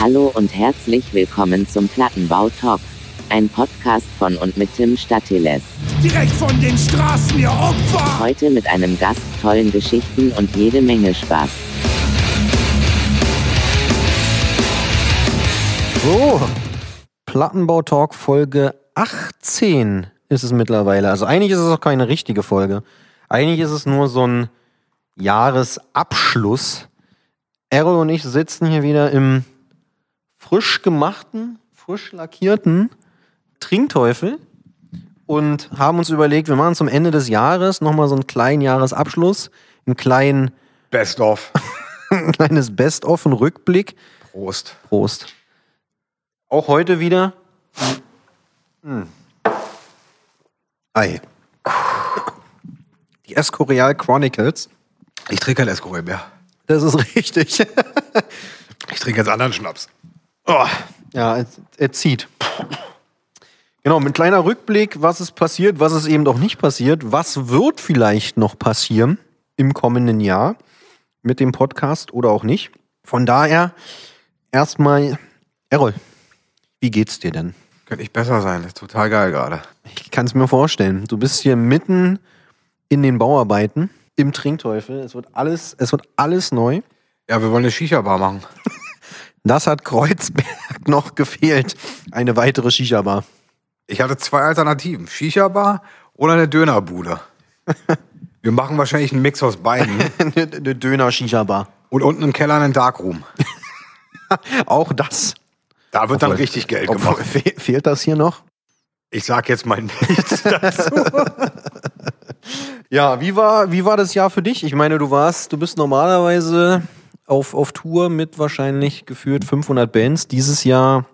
Hallo und herzlich willkommen zum Plattenbau Talk, ein Podcast von und mit Tim Statiles. Direkt von den Straßen, ihr Opfer! Heute mit einem Gast, tollen Geschichten und jede Menge Spaß. So, Plattenbau-Talk Folge 18 ist es mittlerweile. Also eigentlich ist es auch keine richtige Folge. Eigentlich ist es nur so ein Jahresabschluss. Errol und ich sitzen hier wieder im frisch gemachten, frisch lackierten Trinkteufel und haben uns überlegt, wir machen zum Ende des Jahres nochmal so einen kleinen Jahresabschluss, einen kleinen, Best of. ein kleines Best-of, einen Rückblick. Prost. Prost. Auch heute wieder. Mm. Ei. Die Escorial Chronicles. Ich trinke kein Eskoril mehr. Das ist richtig. Ich trinke jetzt anderen Schnaps. Oh, ja, es, es zieht. Genau, mit kleiner Rückblick, was ist passiert, was ist eben auch nicht passiert, was wird vielleicht noch passieren im kommenden Jahr mit dem Podcast oder auch nicht. Von daher erstmal, Errol, wie geht's dir denn? Könnte ich besser sein. Ist total geil gerade. Ich kann es mir vorstellen. Du bist hier mitten in den Bauarbeiten, im Trinkteufel. Es wird alles, es wird alles neu. Ja, wir wollen eine Shisha-Bar machen. Das hat Kreuzberg noch gefehlt. Eine weitere Shisha-Bar. Ich hatte zwei Alternativen. Shisha-Bar oder eine Dönerbude. Wir machen wahrscheinlich einen Mix aus beiden. Eine eine Döner-Shisha-Bar. Und unten im Keller einen Darkroom. Auch das. Da wird dann richtig Geld Obwohl, gemacht. fe- Fehlt das hier noch? Ich sag jetzt mal nichts dazu. Ja, wie war, wie war das Jahr für dich? Ich meine, du warst, du bist normalerweise auf, auf Tour mit wahrscheinlich geführt 500 Bands. Dieses Jahr,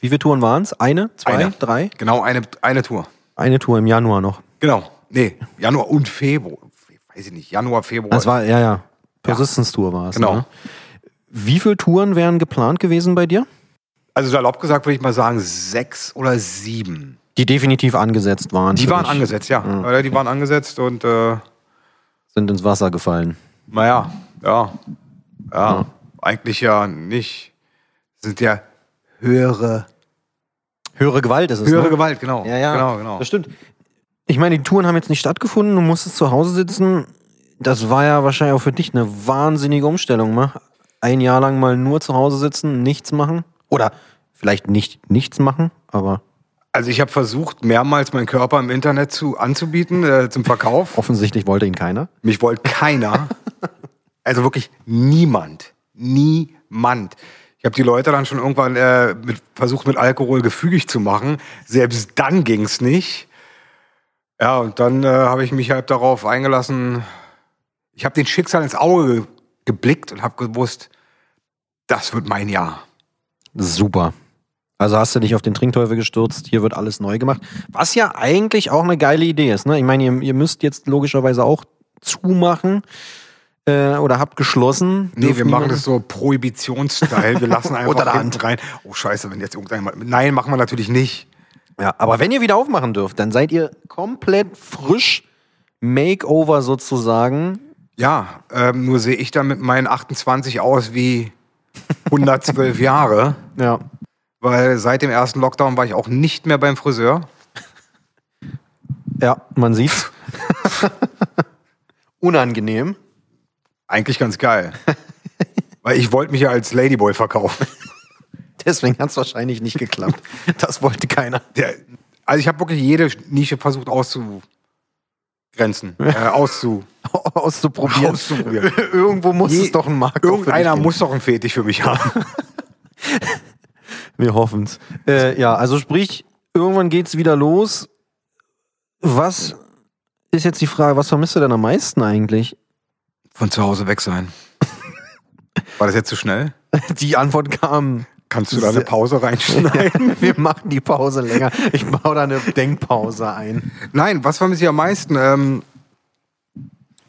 wie viele Touren waren es? Eine, zwei, Eine. drei? Genau, eine, eine Tour. Eine Tour im Januar noch. Genau. Nee, Januar und Februar. Weiß ich nicht. Januar, Februar. Das war, ja, ja. Persistence-Tour war es. Genau. Ne? Wie viele Touren wären geplant gewesen bei dir? Also salopp gesagt würde ich mal sagen sechs oder sieben. Die definitiv angesetzt waren. Die für waren dich. angesetzt, ja. Ja, Die waren angesetzt und äh, Sind ins Wasser gefallen. naja, ja. Ja, eigentlich ja nicht. Sind ja höhere, Höhere Gewalt ist es. höhere ne? Gewalt, genau. Ja, ja. Genau, genau. Das stimmt. Ich meine, die Touren haben jetzt nicht stattgefunden, du musstest zu Hause sitzen. Das war ja wahrscheinlich auch für dich eine wahnsinnige Umstellung, ne? Ein Jahr lang mal nur zu Hause sitzen, nichts machen. Oder vielleicht nicht nichts machen, aber Also ich habe versucht, mehrmals meinen Körper im Internet zu, anzubieten, äh, zum Verkauf. offensichtlich wollte ihn keiner. Mich wollte keiner. also wirklich niemand. Niemand. Ich habe die Leute dann schon irgendwann äh, mit, versucht, mit Alkohol gefügig zu machen. Selbst dann ging's nicht. Ja, und dann äh, habe ich mich halt darauf eingelassen. Ich habe den Schicksal ins Auge ge geblickt und habe gewusst, das wird mein Jahr. Super. Also hast du dich auf den Trinkteufel gestürzt, hier wird alles neu gemacht. Was ja eigentlich auch eine geile Idee ist. Ne? Ich meine, ihr, ihr müsst jetzt logischerweise auch zumachen äh, oder habt geschlossen. Nee, Dürft wir machen niemanden- das so Prohibitionsstyle. Wir lassen einfach Unter der hinten Hand. rein. Oh Scheiße, wenn jetzt irgendjemand. Nein, machen wir natürlich nicht. Ja, aber wenn ihr wieder aufmachen dürft, dann seid ihr komplett frisch Makeover sozusagen. Ja, ähm, nur sehe ich da mit meinen 28 aus wie 112 Jahre, Ja. weil seit dem ersten Lockdown war ich auch nicht mehr beim Friseur. Ja, man sieht's. Unangenehm. Eigentlich ganz geil. Weil ich wollte mich ja als Ladyboy verkaufen. Deswegen hat's wahrscheinlich nicht geklappt. Das wollte keiner. Der, also ich habe wirklich jede Nische versucht auszugrenzen, äh, auszu. Auszuprobieren. Auszuprobieren. Irgendwo muss Je- es doch einen Markt auch für dich Irgendeiner geben. muss doch einen Fetisch für mich haben. Wir hoffen's. Äh, ja, also sprich, irgendwann geht's wieder los. Was ist jetzt die Frage, was vermisst du denn am meisten eigentlich? Von zu Hause weg sein. War das jetzt zu schnell? Die Antwort kam Kannst du da eine Sehr- Pause reinschneiden? Wir machen die Pause länger. Ich baue da eine Denkpause ein. Nein, was vermisse ich am meisten? Ähm,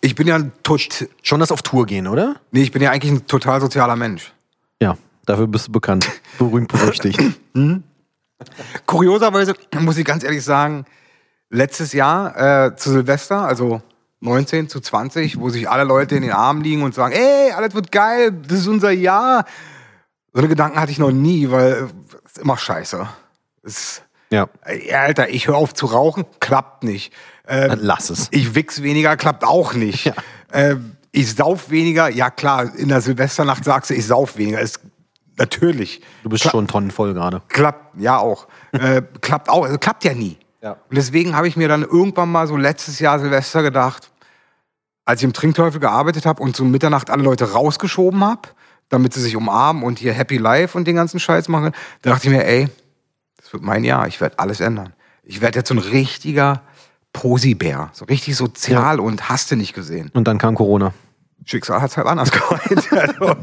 ich bin ja ein tot, Schon das auf Tour gehen, oder? Nee, ich bin ja eigentlich ein total sozialer Mensch. Ja, dafür bist du bekannt. Berühmt, berüchtigt. Kurioserweise muss ich ganz ehrlich sagen, letztes Jahr äh, zu Silvester, also 19 zu 20, wo sich alle Leute in den Armen liegen und sagen, ey, alles wird geil, das ist unser Jahr. So eine Gedanken hatte ich noch nie, weil äh, ist immer scheiße. Ist, Ja. Ey, Alter, ich höre auf zu rauchen, klappt nicht. Dann lass es. Ich wichs weniger, klappt auch nicht. Ähm, ich sauf weniger, ja klar, in der Silvesternacht sagst du, ich sauf weniger. Ist natürlich. Du bist schon tonnenvoll gerade. Klappt, ja auch. äh, klappt auch, also klappt ja nie. Ja. Und deswegen habe ich mir dann irgendwann mal so letztes Jahr Silvester gedacht, als ich im Trinkteufel gearbeitet habe und so Mitternacht alle Leute rausgeschoben habe, damit sie sich umarmen und hier Happy Life und den ganzen Scheiß machen, da dachte ich mir, ey, das wird mein Jahr, ich werde alles ändern. Ich werde jetzt so ein richtiger Posibär, so richtig sozial und hast du nicht gesehen. Und dann kam Corona. Schicksal hat es halt anders gemeint. Also,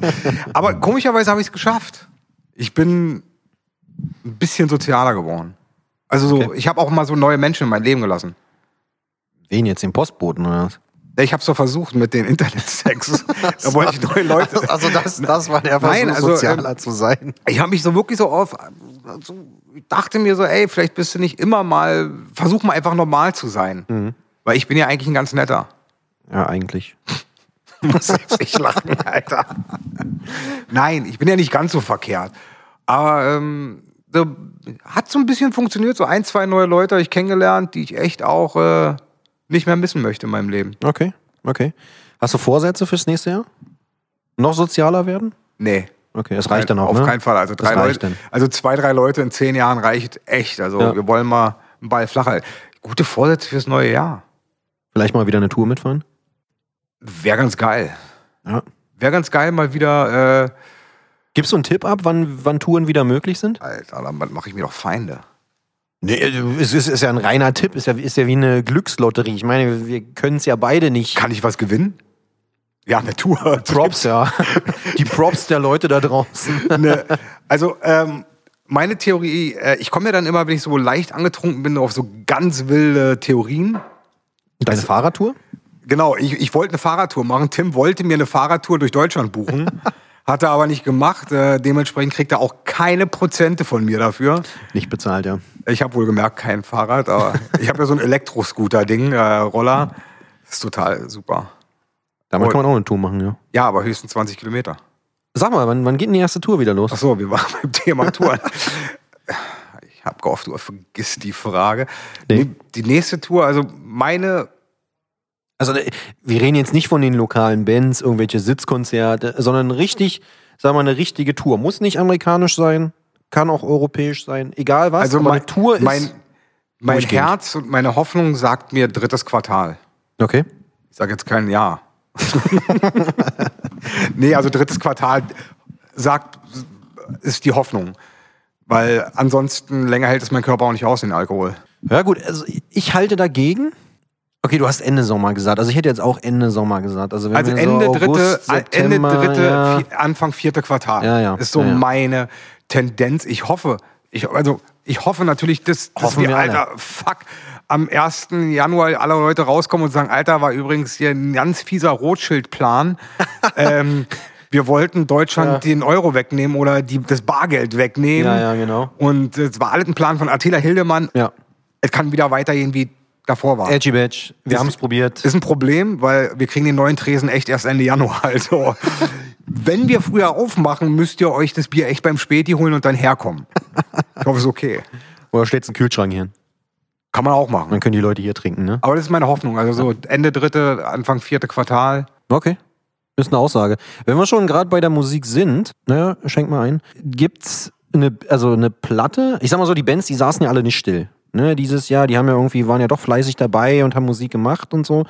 aber komischerweise habe ich es geschafft. Ich bin ein bisschen sozialer geworden. Also so, ich habe auch mal so neue Menschen in mein Leben gelassen. Wen jetzt? Den Postboten oder was? Ich habe es doch versucht mit den Internetsex. da wollte ich neue Leute. Also das, das war der Nein, also, sozialer zu sein. Ich habe mich so wirklich so auf. So, ich dachte mir so, ey, vielleicht bist du nicht immer mal. Versuch mal einfach normal zu sein. Weil ich bin ja eigentlich ein ganz netter. Ja, eigentlich. muss jetzt nicht lachen, Alter. Nein, ich bin ja nicht ganz so verkehrt. Aber ähm, so, hat so ein bisschen funktioniert. So ein, zwei neue Leute habe ich kennengelernt, die ich echt auch äh, nicht mehr missen möchte in meinem Leben. Okay, okay. Hast du Vorsätze fürs nächste Jahr? Noch sozialer werden? Nee. Okay, das reicht dann auch, Auf ne? keinen Fall. Also, Das drei Leute, reicht dann. also zwei, drei Leute in zehn Jahren reicht echt. Also Ja. wir wollen mal einen Ball flach halten. Gute Vorsätze fürs neue Jahr. Vielleicht mal wieder eine Tour mitfahren? Wäre ganz geil. Ja. Wäre ganz geil, mal wieder. Äh, Gibst du einen Tipp ab, wann, wann Touren wieder möglich sind? Alter, damit mache ich mir doch Feinde. Nee, äh, es ist, ist ja ein reiner Tipp, ist ja, ist ja wie eine Glückslotterie. Ich meine, wir können es ja beide nicht. Kann ich was gewinnen? Ja, eine Tour. Props, ja. Die Props der Leute da draußen. Ne, also ähm, meine Theorie, äh, ich komme ja dann immer, wenn ich so leicht angetrunken bin, auf so ganz wilde Theorien. Deine Fahrradtour? Genau, ich, ich wollte eine Fahrradtour machen. Tim wollte mir eine Fahrradtour durch Deutschland buchen, hat er aber nicht gemacht. Äh, dementsprechend kriegt er auch keine Prozente von mir dafür. Nicht bezahlt, ja. Ich habe wohl gemerkt, kein Fahrrad, aber ich habe ja so ein Elektroscooter-Ding, äh, Roller. Ist total super. Damit Voll. kann man auch eine Tour machen, ja. Ja, aber höchstens 20 Kilometer. Sag mal, wann, wann geht denn die erste Tour wieder los? Ach so, wir waren beim Thema Touren. ich habe gehofft, du vergisst die Frage. Nee. Nee, Die nächste Tour, also meine, Also, ne, wir reden jetzt nicht von den lokalen Bands, irgendwelche Sitzkonzerte, sondern richtig, sagen wir mal, eine richtige Tour. Muss nicht amerikanisch sein, kann auch europäisch sein, egal was. also aber mein, eine Tour ist. mein, mein durchgehend. Herz und meine Hoffnung sagt mir drittes Quartal. okay. Ich sage jetzt kein Ja. nee, also drittes Quartal sagt, ist die Hoffnung. Weil ansonsten länger hält es mein Körper auch nicht aus, den Alkohol. Ja, gut, also ich halte dagegen. Okay, du hast Ende Sommer gesagt. Also ich hätte jetzt auch Ende Sommer gesagt. Also, wenn Also wir Ende, so dritte, äh, August, September, Ende dritte, ja. vier, Anfang vierte Quartal. Ja, ja. Ist so Ja, ja. meine Tendenz. Ich hoffe, ich, also ich hoffe natürlich, dass, dass Hoffen wir, wir alle. Alter, fuck, am 1. Januar alle Leute rauskommen und sagen, Alter, war übrigens hier ein ganz fieser Rothschildplan. ähm, wir wollten Deutschland den Euro wegnehmen oder die, das Bargeld wegnehmen. Ja, ja, genau. Und es war alles ein Plan von Attila Hildemann. Ja. Es kann wieder weitergehen, wie davor war. Edgy Badge, wir Ist- haben es probiert. Ist ein Problem, weil wir kriegen den neuen Tresen echt erst Ende Januar. Also, wenn wir früher aufmachen, müsst ihr euch das Bier echt beim Späti holen und dann herkommen. Ich hoffe, es ist okay. Oder stellst einen Kühlschrank hin. Kann man auch machen. Dann können die Leute hier trinken, ne? Aber das ist meine Hoffnung. Also so Ende dritte, Anfang vierte Quartal. Okay. Ist eine Aussage. Wenn wir schon gerade bei der Musik sind, naja, schenk mal ein. Gibt's eine, also eine Platte? Ich sag mal so, die Bands, die saßen ja alle nicht still. Ne, dieses Jahr, die haben ja irgendwie, waren ja doch fleißig dabei und haben Musik gemacht und so.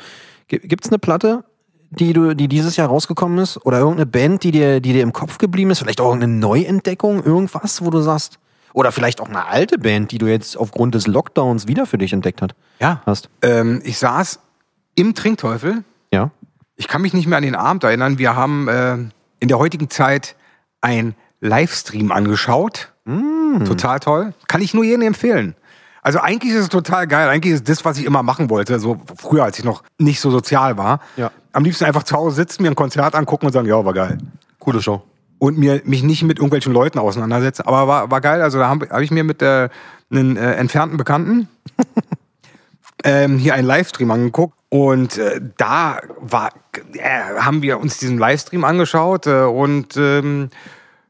Gi- Gibt's eine Platte, die du, die dieses Jahr rausgekommen ist? Oder irgendeine Band, die dir, die dir im Kopf geblieben ist? Vielleicht auch irgendeine Neuentdeckung, irgendwas, wo du sagst. Oder vielleicht auch eine alte Band, die du jetzt aufgrund des Lockdowns wieder für dich entdeckt hat, Ja. hast. Ähm, ich saß im Trinkteufel. Ja. Ich kann mich nicht mehr an den Abend erinnern. Wir haben äh, in der heutigen Zeit ein Livestream angeschaut. Mm. Total toll. Kann ich nur jedem empfehlen. Also eigentlich ist es total geil. Eigentlich ist das, was ich immer machen wollte, so früher, als ich noch nicht so sozial war. Ja. Am liebsten einfach zu Hause sitzen, mir ein Konzert angucken und sagen, ja, war geil. Coole Show. Und mir, mich nicht mit irgendwelchen Leuten auseinandersetzen. Aber war, war geil. Also da habe hab ich mir mit äh, einem äh, entfernten Bekannten ähm, hier einen Livestream angeguckt und äh, da war, äh, haben wir uns diesen Livestream angeschaut äh, und ähm,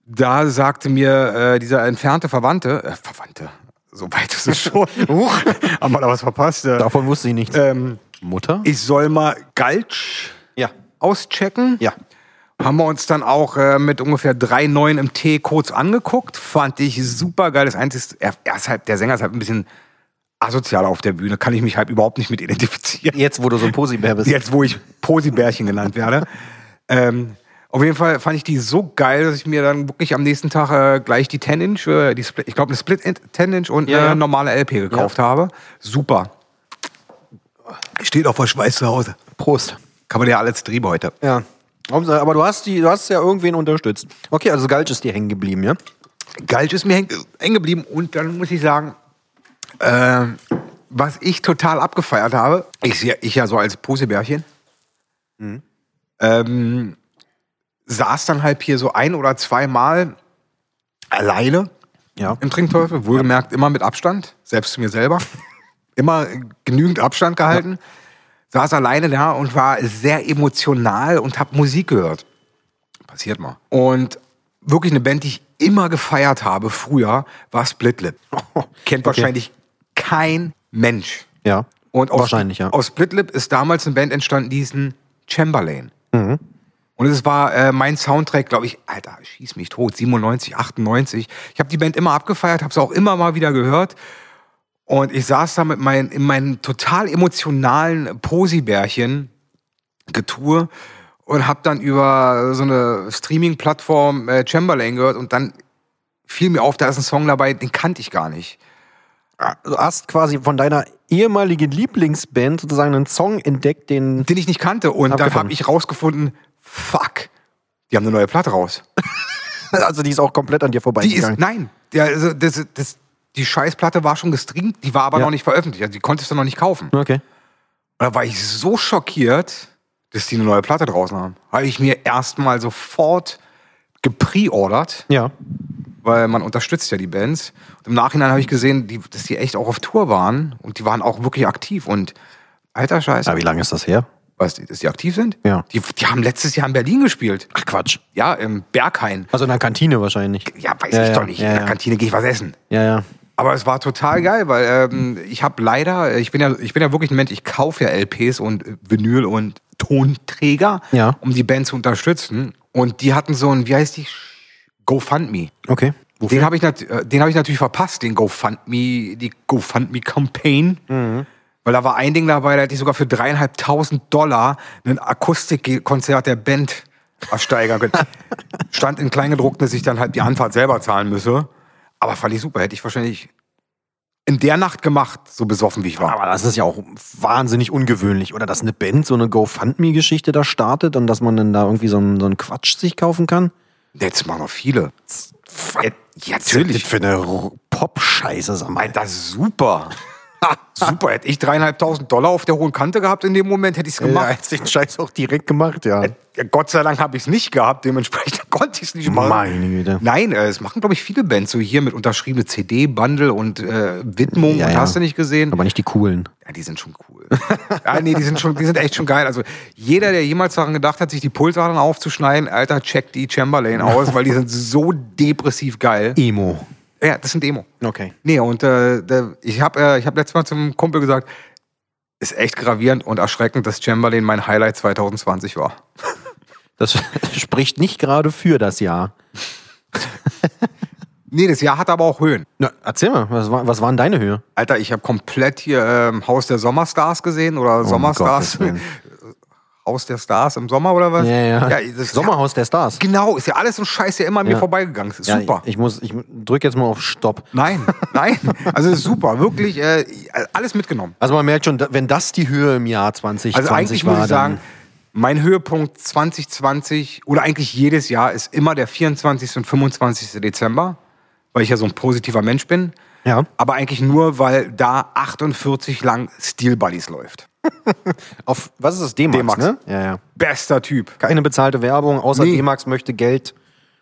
da sagte mir äh, dieser entfernte Verwandte, äh, Verwandte, so weit ist es schon, huch, haben wir da was verpasst. Äh, Davon wusste ich nichts. ähm, Mutter? ich soll mal Galtsch Ja. auschecken. Ja. Haben wir uns dann auch äh, mit ungefähr drei neuen im Tee kurz angeguckt. Fand ich super geil. Das Einzige ist, er, er ist halt, der Sänger ist halt ein bisschen asozial auf der Bühne. Kann ich mich halt überhaupt nicht mit identifizieren. Jetzt, wo du so ein Posibär bist. Jetzt, wo ich Posibärchen genannt werde. Ähm, auf jeden Fall fand ich die so geil, dass ich mir dann wirklich am nächsten Tag äh, gleich die 10-Inch, äh, die Split- ich glaube eine Split 10-Inch und Ja, eine ja. normale LP gekauft habe. Super. Steht auch verschweißt zu Hause. Prost. Kann man ja alles drüben heute. Ja. Hauptsache, Aber du hast, die, du hast ja irgendwen unterstützt. Okay, also Galsch ist dir hängen geblieben, ja? Galsch ist mir häng- hängen geblieben und dann muss ich sagen, äh, was ich total abgefeiert habe, ich, seh- ich ja so als Posebärchen, ähm, saß dann halt hier so ein oder zweimal alleine Ja. im Trinkteufel, wohlgemerkt immer mit Abstand, selbst zu mir selber, immer genügend Abstand gehalten, saß alleine da und war sehr emotional und habe Musik gehört. Passiert mal. Und wirklich eine Band, die ich immer gefeiert habe früher, war Splitlip. Kennt wahrscheinlich kein Mensch. Ja. Und aus, Wahrscheinlich, ja. aus Splitlip ist damals eine Band entstanden, die hießen Chamberlain. Mhm. Und es war äh, mein Soundtrack, glaube ich, Alter, schieß mich tot, 97, 98. Ich habe die Band immer abgefeiert, habe sie auch immer mal wieder gehört. Und ich saß da mit mein, in meinem total emotionalen Posibärchen Getue und habe dann über so eine Streaming-Plattform äh, Chamberlain gehört und dann fiel mir auf, da ist ein Song dabei, den kannte ich gar nicht. Du Also hast quasi von deiner ehemaligen Lieblingsband sozusagen einen Song entdeckt, den. den ich nicht kannte. Und dann Abgefahren. habe ich rausgefunden, fuck, die haben eine neue Platte raus. Also die ist auch komplett an dir Die ist, vorbeigegangen. nein, der, also, das, das, die Scheißplatte war schon gestreamt, die war aber Ja. noch nicht veröffentlicht. Also die konntest du noch nicht kaufen. Und okay. da war ich so schockiert, dass die eine neue Platte draußen haben. Habe ich mir erstmal sofort gepreordert, Ja. weil man unterstützt ja die Bands. Und Im Nachhinein habe ich gesehen, die, dass die echt auch auf Tour waren und die waren auch wirklich aktiv und alter Scheiß. Aber Ah, wie lange ist das her? Weißt du, dass die aktiv sind? Ja. Die, die haben letztes Jahr in Berlin gespielt. Ach Quatsch. Ja, im Berghain. Also in der Kantine wahrscheinlich. Ja, weiß Ja, ich ja, doch nicht. ja, In ja. der Kantine gehe ich was essen. Ja, ja. Aber es war total geil, weil ähm, ich habe leider, ich bin, ja, ich bin ja wirklich ein Mensch, ich kaufe ja LPs und äh, Vinyl und Tonträger, Ja. um die Band zu unterstützen. Und die hatten so ein, wie heißt die? GoFundMe. Okay. Den habe ich, nat äh, den hab ich natürlich verpasst, den GoFundMe, die GoFundMe-Campaign. Weil da war ein Ding dabei, da hätte ich sogar für dreieinhalbtausend Dollar ein Akustikkonzert der Band ersteigern können. Stand in Kleingedruckten, dass ich dann halt die Anfahrt selber zahlen müsse. Aber fand ich super, hätte ich wahrscheinlich in der Nacht gemacht, so besoffen wie ich war. Aber das ist ja auch wahnsinnig ungewöhnlich, oder? Dass eine Band so eine GoFundMe-Geschichte da startet und dass man dann da irgendwie so einen, so einen Quatsch sich kaufen kann. Jetzt machen noch viele. Ja, Äh, ja, Das für eine R- Pop-Scheiße, sag mal. Das ist super. super, hätte ich dreieinhalbtausend Dollar auf der hohen Kante gehabt in dem Moment, hätte ich es gemacht. hättest den Scheiß auch direkt gemacht, ja. Ja, Gott sei Dank habe ich es nicht gehabt, dementsprechend konnte ich es nicht machen. Meine Güte. Nein, äh, es machen, glaube ich, viele Bands so hier mit unterschriebene CD-Bundle und äh, Widmung Ja, und ja. hast du nicht gesehen. Aber nicht die coolen. ja, die sind schon cool. ja, nee, die sind schon, die sind echt schon geil. Also jeder, der jemals daran gedacht hat, sich die Pulsadern aufzuschneiden, Alter, check die Chamberlain aus, weil die sind so depressiv geil. Emo. Ja, das sind Demo. Okay. Nee, und äh, der, ich habe äh, ich hab letztes Mal zum Kumpel gesagt, ist echt gravierend und erschreckend, dass Chamberlain mein Highlight 2020 war. Das spricht nicht gerade für das Jahr. Nee, das Jahr hat aber auch Höhen. Na, erzähl mal, was, war, was waren deine Höhe? Alter, ich habe komplett hier ähm, Haus der Sommerstars gesehen oder Sommerstars. Oh Gottes Willen. Haus der Stars im Sommer oder was? das Sommerhaus. Sommerhaus der Stars. genau, ist ja alles so ein Scheiß ja immer an mir Ja. vorbeigegangen. Ist Ja, super. Ich, muss, ich drück jetzt mal auf Stopp. nein, nein. Also ist super, wirklich äh, alles mitgenommen. Also man merkt schon, da- wenn das die Höhe im Jahr 2020 Also eigentlich war, muss ich sagen, dann, mein Höhepunkt 2020 oder eigentlich jedes Jahr ist immer der 24. und 25. Dezember, weil ich ja so ein positiver Mensch bin. Ja. Aber eigentlich nur, weil da 48 lang Steel Buddies läuft. auf was ist das D-Max, D-Max. ne? Ja, ja. Bester Typ. Keine bezahlte Werbung, außer Nee. D-Max möchte Geld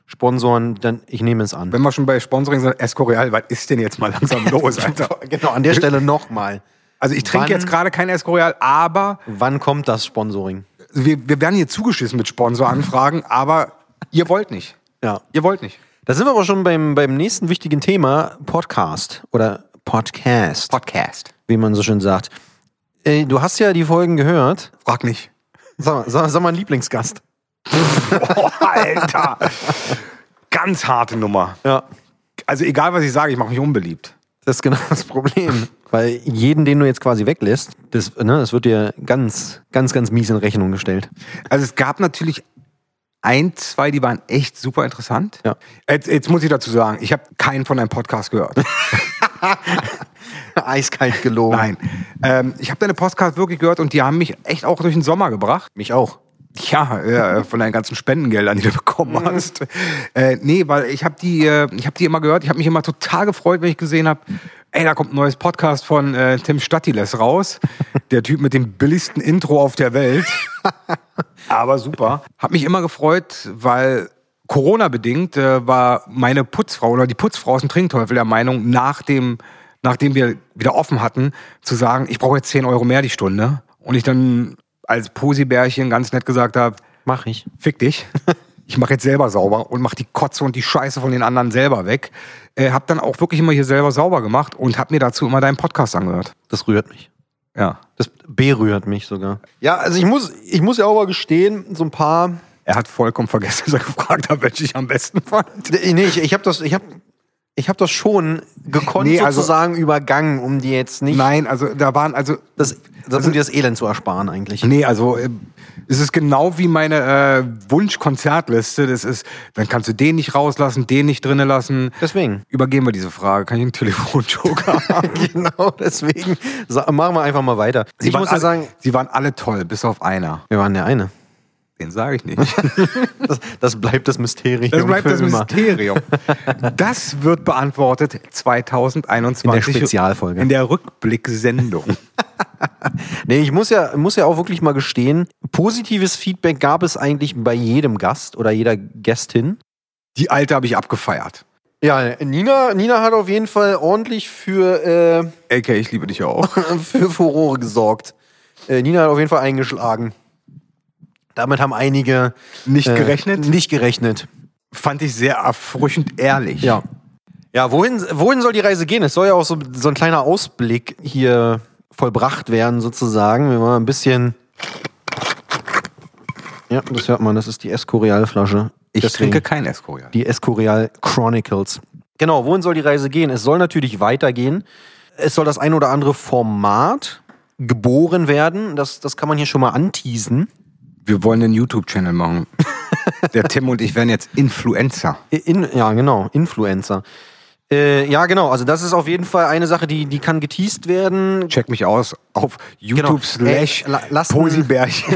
sponsoren, dann ich nehme es an. Wenn wir schon bei Sponsoring sind, Escorial, was ist denn jetzt mal langsam los, Alter? Genau, an der Stelle nochmal. Also ich trinke Wann- jetzt gerade kein Escorial, aber Wann kommt das Sponsoring? wir, wir werden hier zugeschissen mit Sponsoranfragen, aber ihr wollt nicht. Ja. Ihr wollt nicht. Da sind wir aber schon beim, beim nächsten wichtigen Thema, Podcast oder Podcast, Podcast. wie man so schön sagt. Äh, du hast ja die Folgen gehört. Frag nicht. Sag, mal- sag, sag mal einen Lieblingsgast. Oh, Alter. Ganz harte Nummer. Ja. Also egal, was ich sage, ich mache mich unbeliebt. Das ist genau das Problem. Weil jeden, den du jetzt quasi weglässt, das, ne, das wird dir ganz, ganz, ganz mies in Rechnung gestellt. Also es gab natürlich ein, zwei, die waren echt super interessant. Ja. Jetzt, jetzt muss ich dazu sagen, ich habe keinen von deinem Podcast gehört. Eiskalt gelogen. Nein. Ähm, ich habe deine Podcast wirklich gehört und die haben mich echt auch durch den Sommer gebracht. Mich auch. Ja, ja, von deinen ganzen Spendengeldern, die du Mhm. bekommen hast. Äh, nee, weil ich habe die, äh, ich habe die immer gehört, ich habe mich immer total gefreut, wenn ich gesehen habe, ey, da kommt ein neues Podcast von äh, Tim Stattiles raus. Der Typ mit dem billigsten Intro auf der Welt. Aber super. Hab mich immer gefreut, weil Corona-bedingt äh, war meine Putzfrau oder die Putzfrau aus dem Trinkteufel der Meinung, nach dem, nachdem wir wieder offen hatten, zu sagen, ich brauche jetzt 10 Euro mehr die Stunde. Und ich dann als Posibärchen ganz nett gesagt habe, Mach ich. fick dich. Ich mache jetzt selber sauber und mache die Kotze und die Scheiße von den anderen selber weg. Äh, hab dann auch wirklich immer hier selber sauber gemacht und hab mir dazu immer deinen Podcast angehört. Das rührt mich. Ja. Das berührt mich sogar. Ja, also ich muss, ich muss ja auch mal gestehen, so ein paar. Er hat vollkommen vergessen, dass er gefragt hat, welche ich am besten fand. Nee, ich, ich habe das, ich hab, ich hab das schon gekonnt Nee, also- sozusagen übergangen, um dir jetzt nicht Nein, also da waren, also das, das, um dir das Elend zu ersparen eigentlich. Nee, also äh, es ist genau wie meine äh, Wunschkonzertliste. Das ist, dann kannst du den nicht rauslassen, den nicht drinnen lassen. Deswegen. Übergehen wir diese Frage. Kann ich einen Telefonjoker haben? genau, deswegen sa- machen wir einfach mal weiter. ich muss ja alle, sagen, sie waren alle toll, bis auf einer. wir waren der eine. Den sage ich nicht. Das, das bleibt das Mysterium. Das bleibt für das immer. Mysterium. Das wird beantwortet 2021. In der Spezialfolge. In der Rückblicksendung. Nee, ich muss ja, muss ja auch wirklich mal gestehen, positives Feedback gab es eigentlich bei jedem Gast oder jeder Gästin. Die alte habe ich abgefeiert. Ja, Nina, Nina hat auf jeden Fall ordentlich für, AK, ich liebe dich auch. äh, für Furore gesorgt. Äh, Nina hat auf jeden Fall eingeschlagen. Damit haben einige Nicht äh, gerechnet? Nicht gerechnet. Fand ich sehr erfrischend ehrlich. Ja. Ja, wohin, wohin soll die Reise gehen? Es soll ja auch so, so ein kleiner Ausblick hier vollbracht werden, sozusagen. Wir wollen ein bisschen. Ja, das hört man, das ist die Escorial-Flasche. Ich Deswegen trinke kein Escorial. Die Escorial Chronicles. Genau, wohin soll die Reise gehen? Es soll natürlich weitergehen. Es soll das ein oder andere Format geboren werden. Das, das kann man hier schon mal anteasen. Wir wollen einen YouTube-Channel machen. Der Tim und ich werden jetzt Influencer. In, ja, genau, Influencer. Äh, ja, genau, also das ist auf jeden Fall eine Sache, die, die kann geteased werden. Check mich aus auf Genau. YouTube slash Äh, la- lasst- Posibärchen.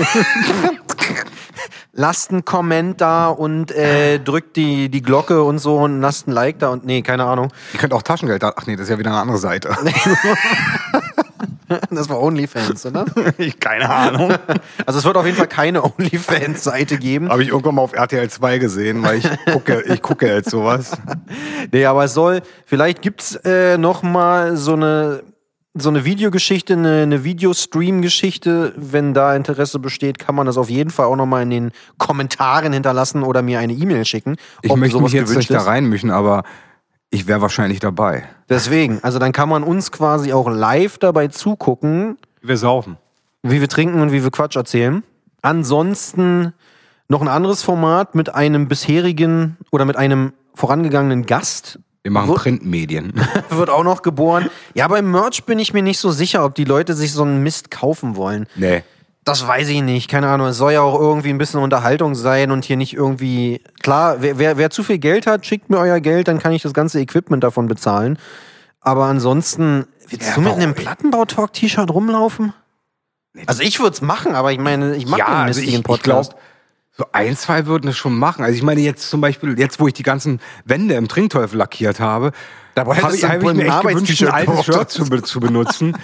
lasst einen Comment da und äh, drückt die, die Glocke und so und lasst ein Like da und nee, keine Ahnung. Ihr könnt auch Taschengeld da. Ach nee, das ist ja wieder eine andere Seite. Das war OnlyFans, oder? Ich- Keine Ahnung. Also es wird auf jeden Fall keine OnlyFans-Seite geben. Habe ich irgendwann mal auf RTL 2 gesehen, weil ich gucke, ich gucke jetzt sowas. Nee, aber es soll, vielleicht gibt's äh, noch mal so eine, so eine Videogeschichte, eine, eine Videostream-Geschichte. Wenn da Interesse besteht, kann man das auf jeden Fall auch noch mal in den Kommentaren hinterlassen oder mir eine E-Mail schicken. Ich ob möchte mich sowas jetzt gewünscht nicht da ist. reinmischen, aber ich wäre wahrscheinlich dabei. Deswegen, also dann kann man uns quasi auch live dabei zugucken, Wir saufen. wie wir trinken und wie wir Quatsch erzählen. Ansonsten noch ein anderes Format mit einem bisherigen oder mit einem vorangegangenen Gast. Wir machen Wo- Printmedien. wird auch noch geboren. Ja, beim Merch bin ich mir nicht so sicher, ob die Leute sich so einen Mist kaufen wollen. Nee. Das weiß ich nicht. Keine Ahnung. Es soll ja auch irgendwie ein bisschen Unterhaltung sein und hier nicht irgendwie. Klar, wer, wer, wer zu viel Geld hat, schickt mir euer Geld, dann kann ich das ganze Equipment davon bezahlen. Aber ansonsten, willst Ja, du mit warum? einem Plattenbau-Talk-T-Shirt rumlaufen? Also ich würde es machen, aber ich meine, ich mache den also mistigen ich Podcast. glaub, so ein, zwei würden es schon machen. Also ich meine jetzt zum Beispiel, jetzt wo ich die ganzen Wände im Trinkteufel lackiert habe, Dabei habe hättest ich, du hab ich wohl mir ein echt gewünscht, ein Arbeits-T-Shirt altes gekauft. Shirt zu, be- zu benutzen.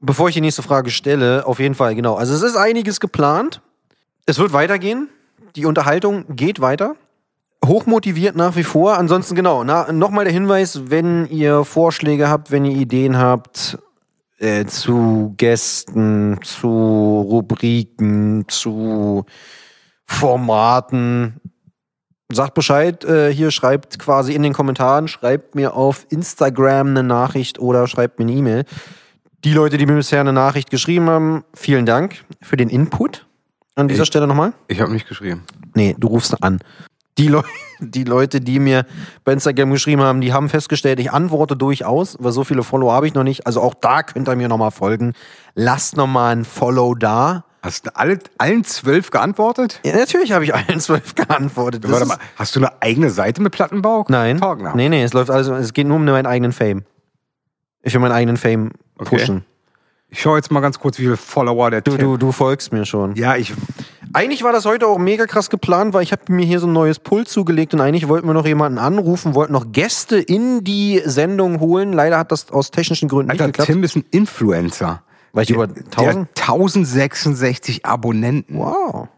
Bevor ich die nächste Frage stelle, auf jeden Fall, genau. Also es ist einiges geplant. Es wird weitergehen. Die Unterhaltung geht weiter. Hochmotiviert nach wie vor. Ansonsten genau, na, nochmal der Hinweis, wenn ihr Vorschläge habt, wenn ihr Ideen habt äh, zu Gästen, zu Rubriken, zu Formaten, Sagt Bescheid, äh, hier schreibt quasi in den Kommentaren, schreibt mir auf Instagram eine Nachricht oder schreibt mir eine E-Mail. Die Leute, die mir bisher eine Nachricht geschrieben haben, vielen Dank für den Input. An dieser Ich- Stelle nochmal. Ich habe nicht geschrieben. Nee, du rufst an. Die, Leu die Leute, die mir bei Instagram geschrieben haben, die haben festgestellt, ich antworte durchaus, weil so viele Follow habe ich noch nicht. Also auch da könnt ihr mir nochmal folgen. Lasst nochmal ein Follow da. Hast du alle, allen zwölf geantwortet? Ja, natürlich habe ich allen zwölf geantwortet. Das Warte ist- mal, hast du eine eigene Seite mit Plattenbau? Nein. Tagner. Nee, nee, es läuft alles, es geht nur um meinen eigenen Fame. Ich will meinen eigenen Fame Okay. pushen. Ich schaue jetzt mal ganz kurz, wie viele Follower der Du, Tim- du, du folgst mir schon. Ja, ich. Eigentlich war das heute auch mega krass geplant, weil ich habe mir hier so ein neues Pult zugelegt und eigentlich wollten wir noch jemanden anrufen, wollten noch Gäste in die Sendung holen. Leider hat das aus technischen Gründen Alter, nicht geklappt. Tim ist ein Influencer. War ich über Der 1000? hat 1066 Abonnenten. Wow.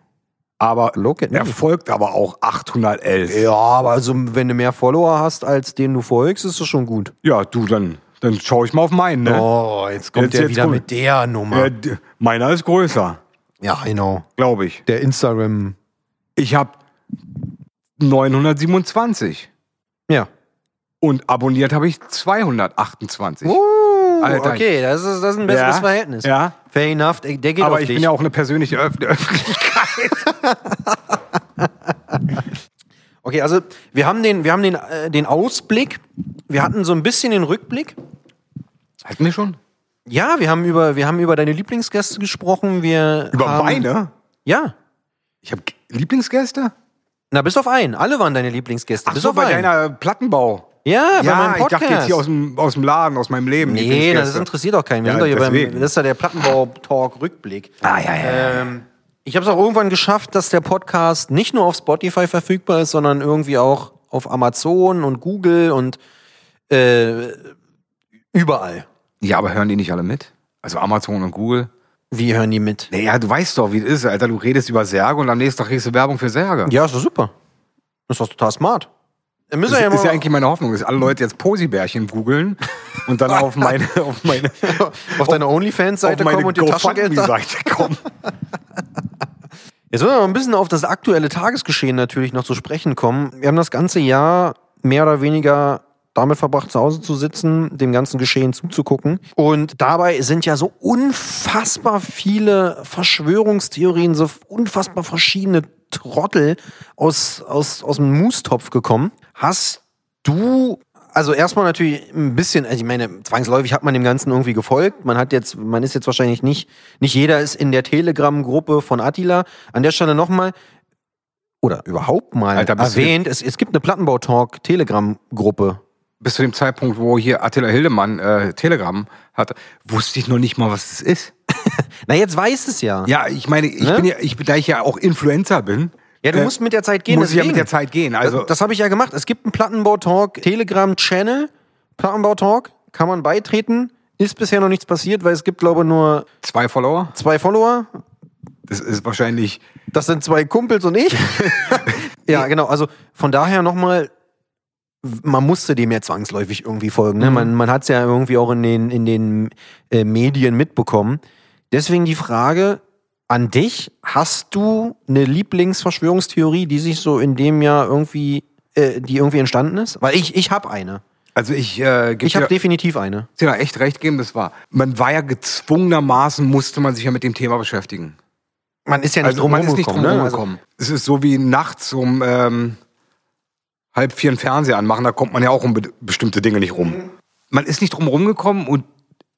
Aber Look at er me. folgt aber auch 811. Ja, aber also, wenn du mehr Follower hast, als denen du folgst, ist das schon gut. Ja, du, dann, dann schaue ich mal auf meinen, ne? Oh, jetzt Jetzt- jetzt kommt- der Äh, Nummer. d- meiner ist größer, Ja, genau. glaube ich. Der Instagram. Ich habe 927 Ja. und abonniert habe ich 228. Uh, Alter. okay, das ist, das ist ein besseres Ja, Verhältnis. ja. Fair enough, der der geht Aber auf ich dich. bin ja auch eine persönliche Öff der Öffentlichkeit. Okay, also wir haben den, wir haben den, äh, den Ausblick. Wir hatten so ein bisschen den Rückblick. Hatten wir schon? Ja, wir haben über, wir haben über deine Lieblingsgäste gesprochen. Wir Über haben, meine? Ja. Ich habe Lieblingsgäste? Na, bis auf einen. Alle waren deine Lieblingsgäste. bis so, auf bei einen. deiner Plattenbau. ja, bei meinem ich Podcast. dachte jetzt hier aus dem, aus dem Laden, aus meinem Leben. nee, Lieblingsgäste. das interessiert auch keinen. Wir Ja, sind doch hier beim, deswegen. das ist ja der Plattenbau-Talk-Rückblick. Ah, ja, ja. ja. Ähm, ich habe es auch irgendwann geschafft, dass der Podcast nicht nur auf Spotify verfügbar ist, sondern irgendwie auch auf Amazon und Google und äh, überall. ja, aber hören die nicht alle mit? Also Amazon und Google. Wie hören die mit? Naja, du weißt doch, wie es ist, Alter. Du redest über Särge und am nächsten Tag kriegst du Werbung für Särge. Ja, ist doch super. Das ist doch total smart. Dann müssen Das wir ist, ja ist ja mal eigentlich meine Hoffnung, dass alle Leute jetzt Posibärchen googeln und dann auf meine, auf meine, auf deine auf OnlyFans-Seite meine kommen und die Taschengeld da. GoFundMe-Seite kommen. Jetzt müssen wir mal ein bisschen auf das aktuelle Tagesgeschehen natürlich noch zu sprechen kommen. Wir haben das ganze Jahr mehr oder weniger damit verbracht, zu Hause zu sitzen, dem ganzen Geschehen zuzugucken. Und dabei sind ja so unfassbar viele Verschwörungstheorien, so unfassbar verschiedene Trottel aus, aus, aus dem Moostopf gekommen. Hast du, also erstmal natürlich ein bisschen, also ich meine, zwangsläufig hat man dem Ganzen irgendwie gefolgt. Man hat jetzt, man ist jetzt wahrscheinlich nicht, nicht jeder ist in der Telegram-Gruppe von Attila. An der Stelle nochmal, oder überhaupt mal Alter, bist du- erwähnt, es, es gibt eine Plattenbau-Talk-Telegram-Gruppe. Bis zu dem Zeitpunkt, wo hier Attila Hildemann äh, Telegram hatte, wusste ich noch nicht mal, was das ist. Na, jetzt weiß es ja. Ja, ich meine, ich Ne? bin ja, ich, da ich ja auch Influencer bin, Ja, du äh, musst mit der Zeit gehen. muss ich ja mit deswegen. der Zeit gehen. Also, das das habe ich ja gemacht. Es gibt einen Plattenbau-Talk, Telegram-Channel, Plattenbau-Talk, kann man beitreten. Ist bisher noch nichts passiert, weil es gibt, glaube ich, nur zwei Follower, zwei Follower. das ist wahrscheinlich, Das sind zwei Kumpels und ich. ja, genau. Also von daher nochmal, man musste dem ja zwangsläufig irgendwie folgen. Ne? Man, man hat es ja irgendwie auch in den, in den äh, Medien mitbekommen. Deswegen die Frage an dich: Hast du eine Lieblingsverschwörungstheorie, die sich so in dem Jahr irgendwie, äh, die irgendwie entstanden ist? Weil ich, ich habe eine. also ich, äh, geb Ich habe dir, definitiv eine. dir da echt recht geben, das war, man war ja gezwungenermaßen, musste man sich ja mit dem Thema beschäftigen. Man ist ja nicht Also drum man ist nicht rumgekommen. drum Ne? Also, rumgekommen. es ist so wie nachts um ähm, halb vier einen Fernseher anmachen, da kommt man ja auch um be bestimmte Dinge nicht rum. Man ist nicht drum rumgekommen und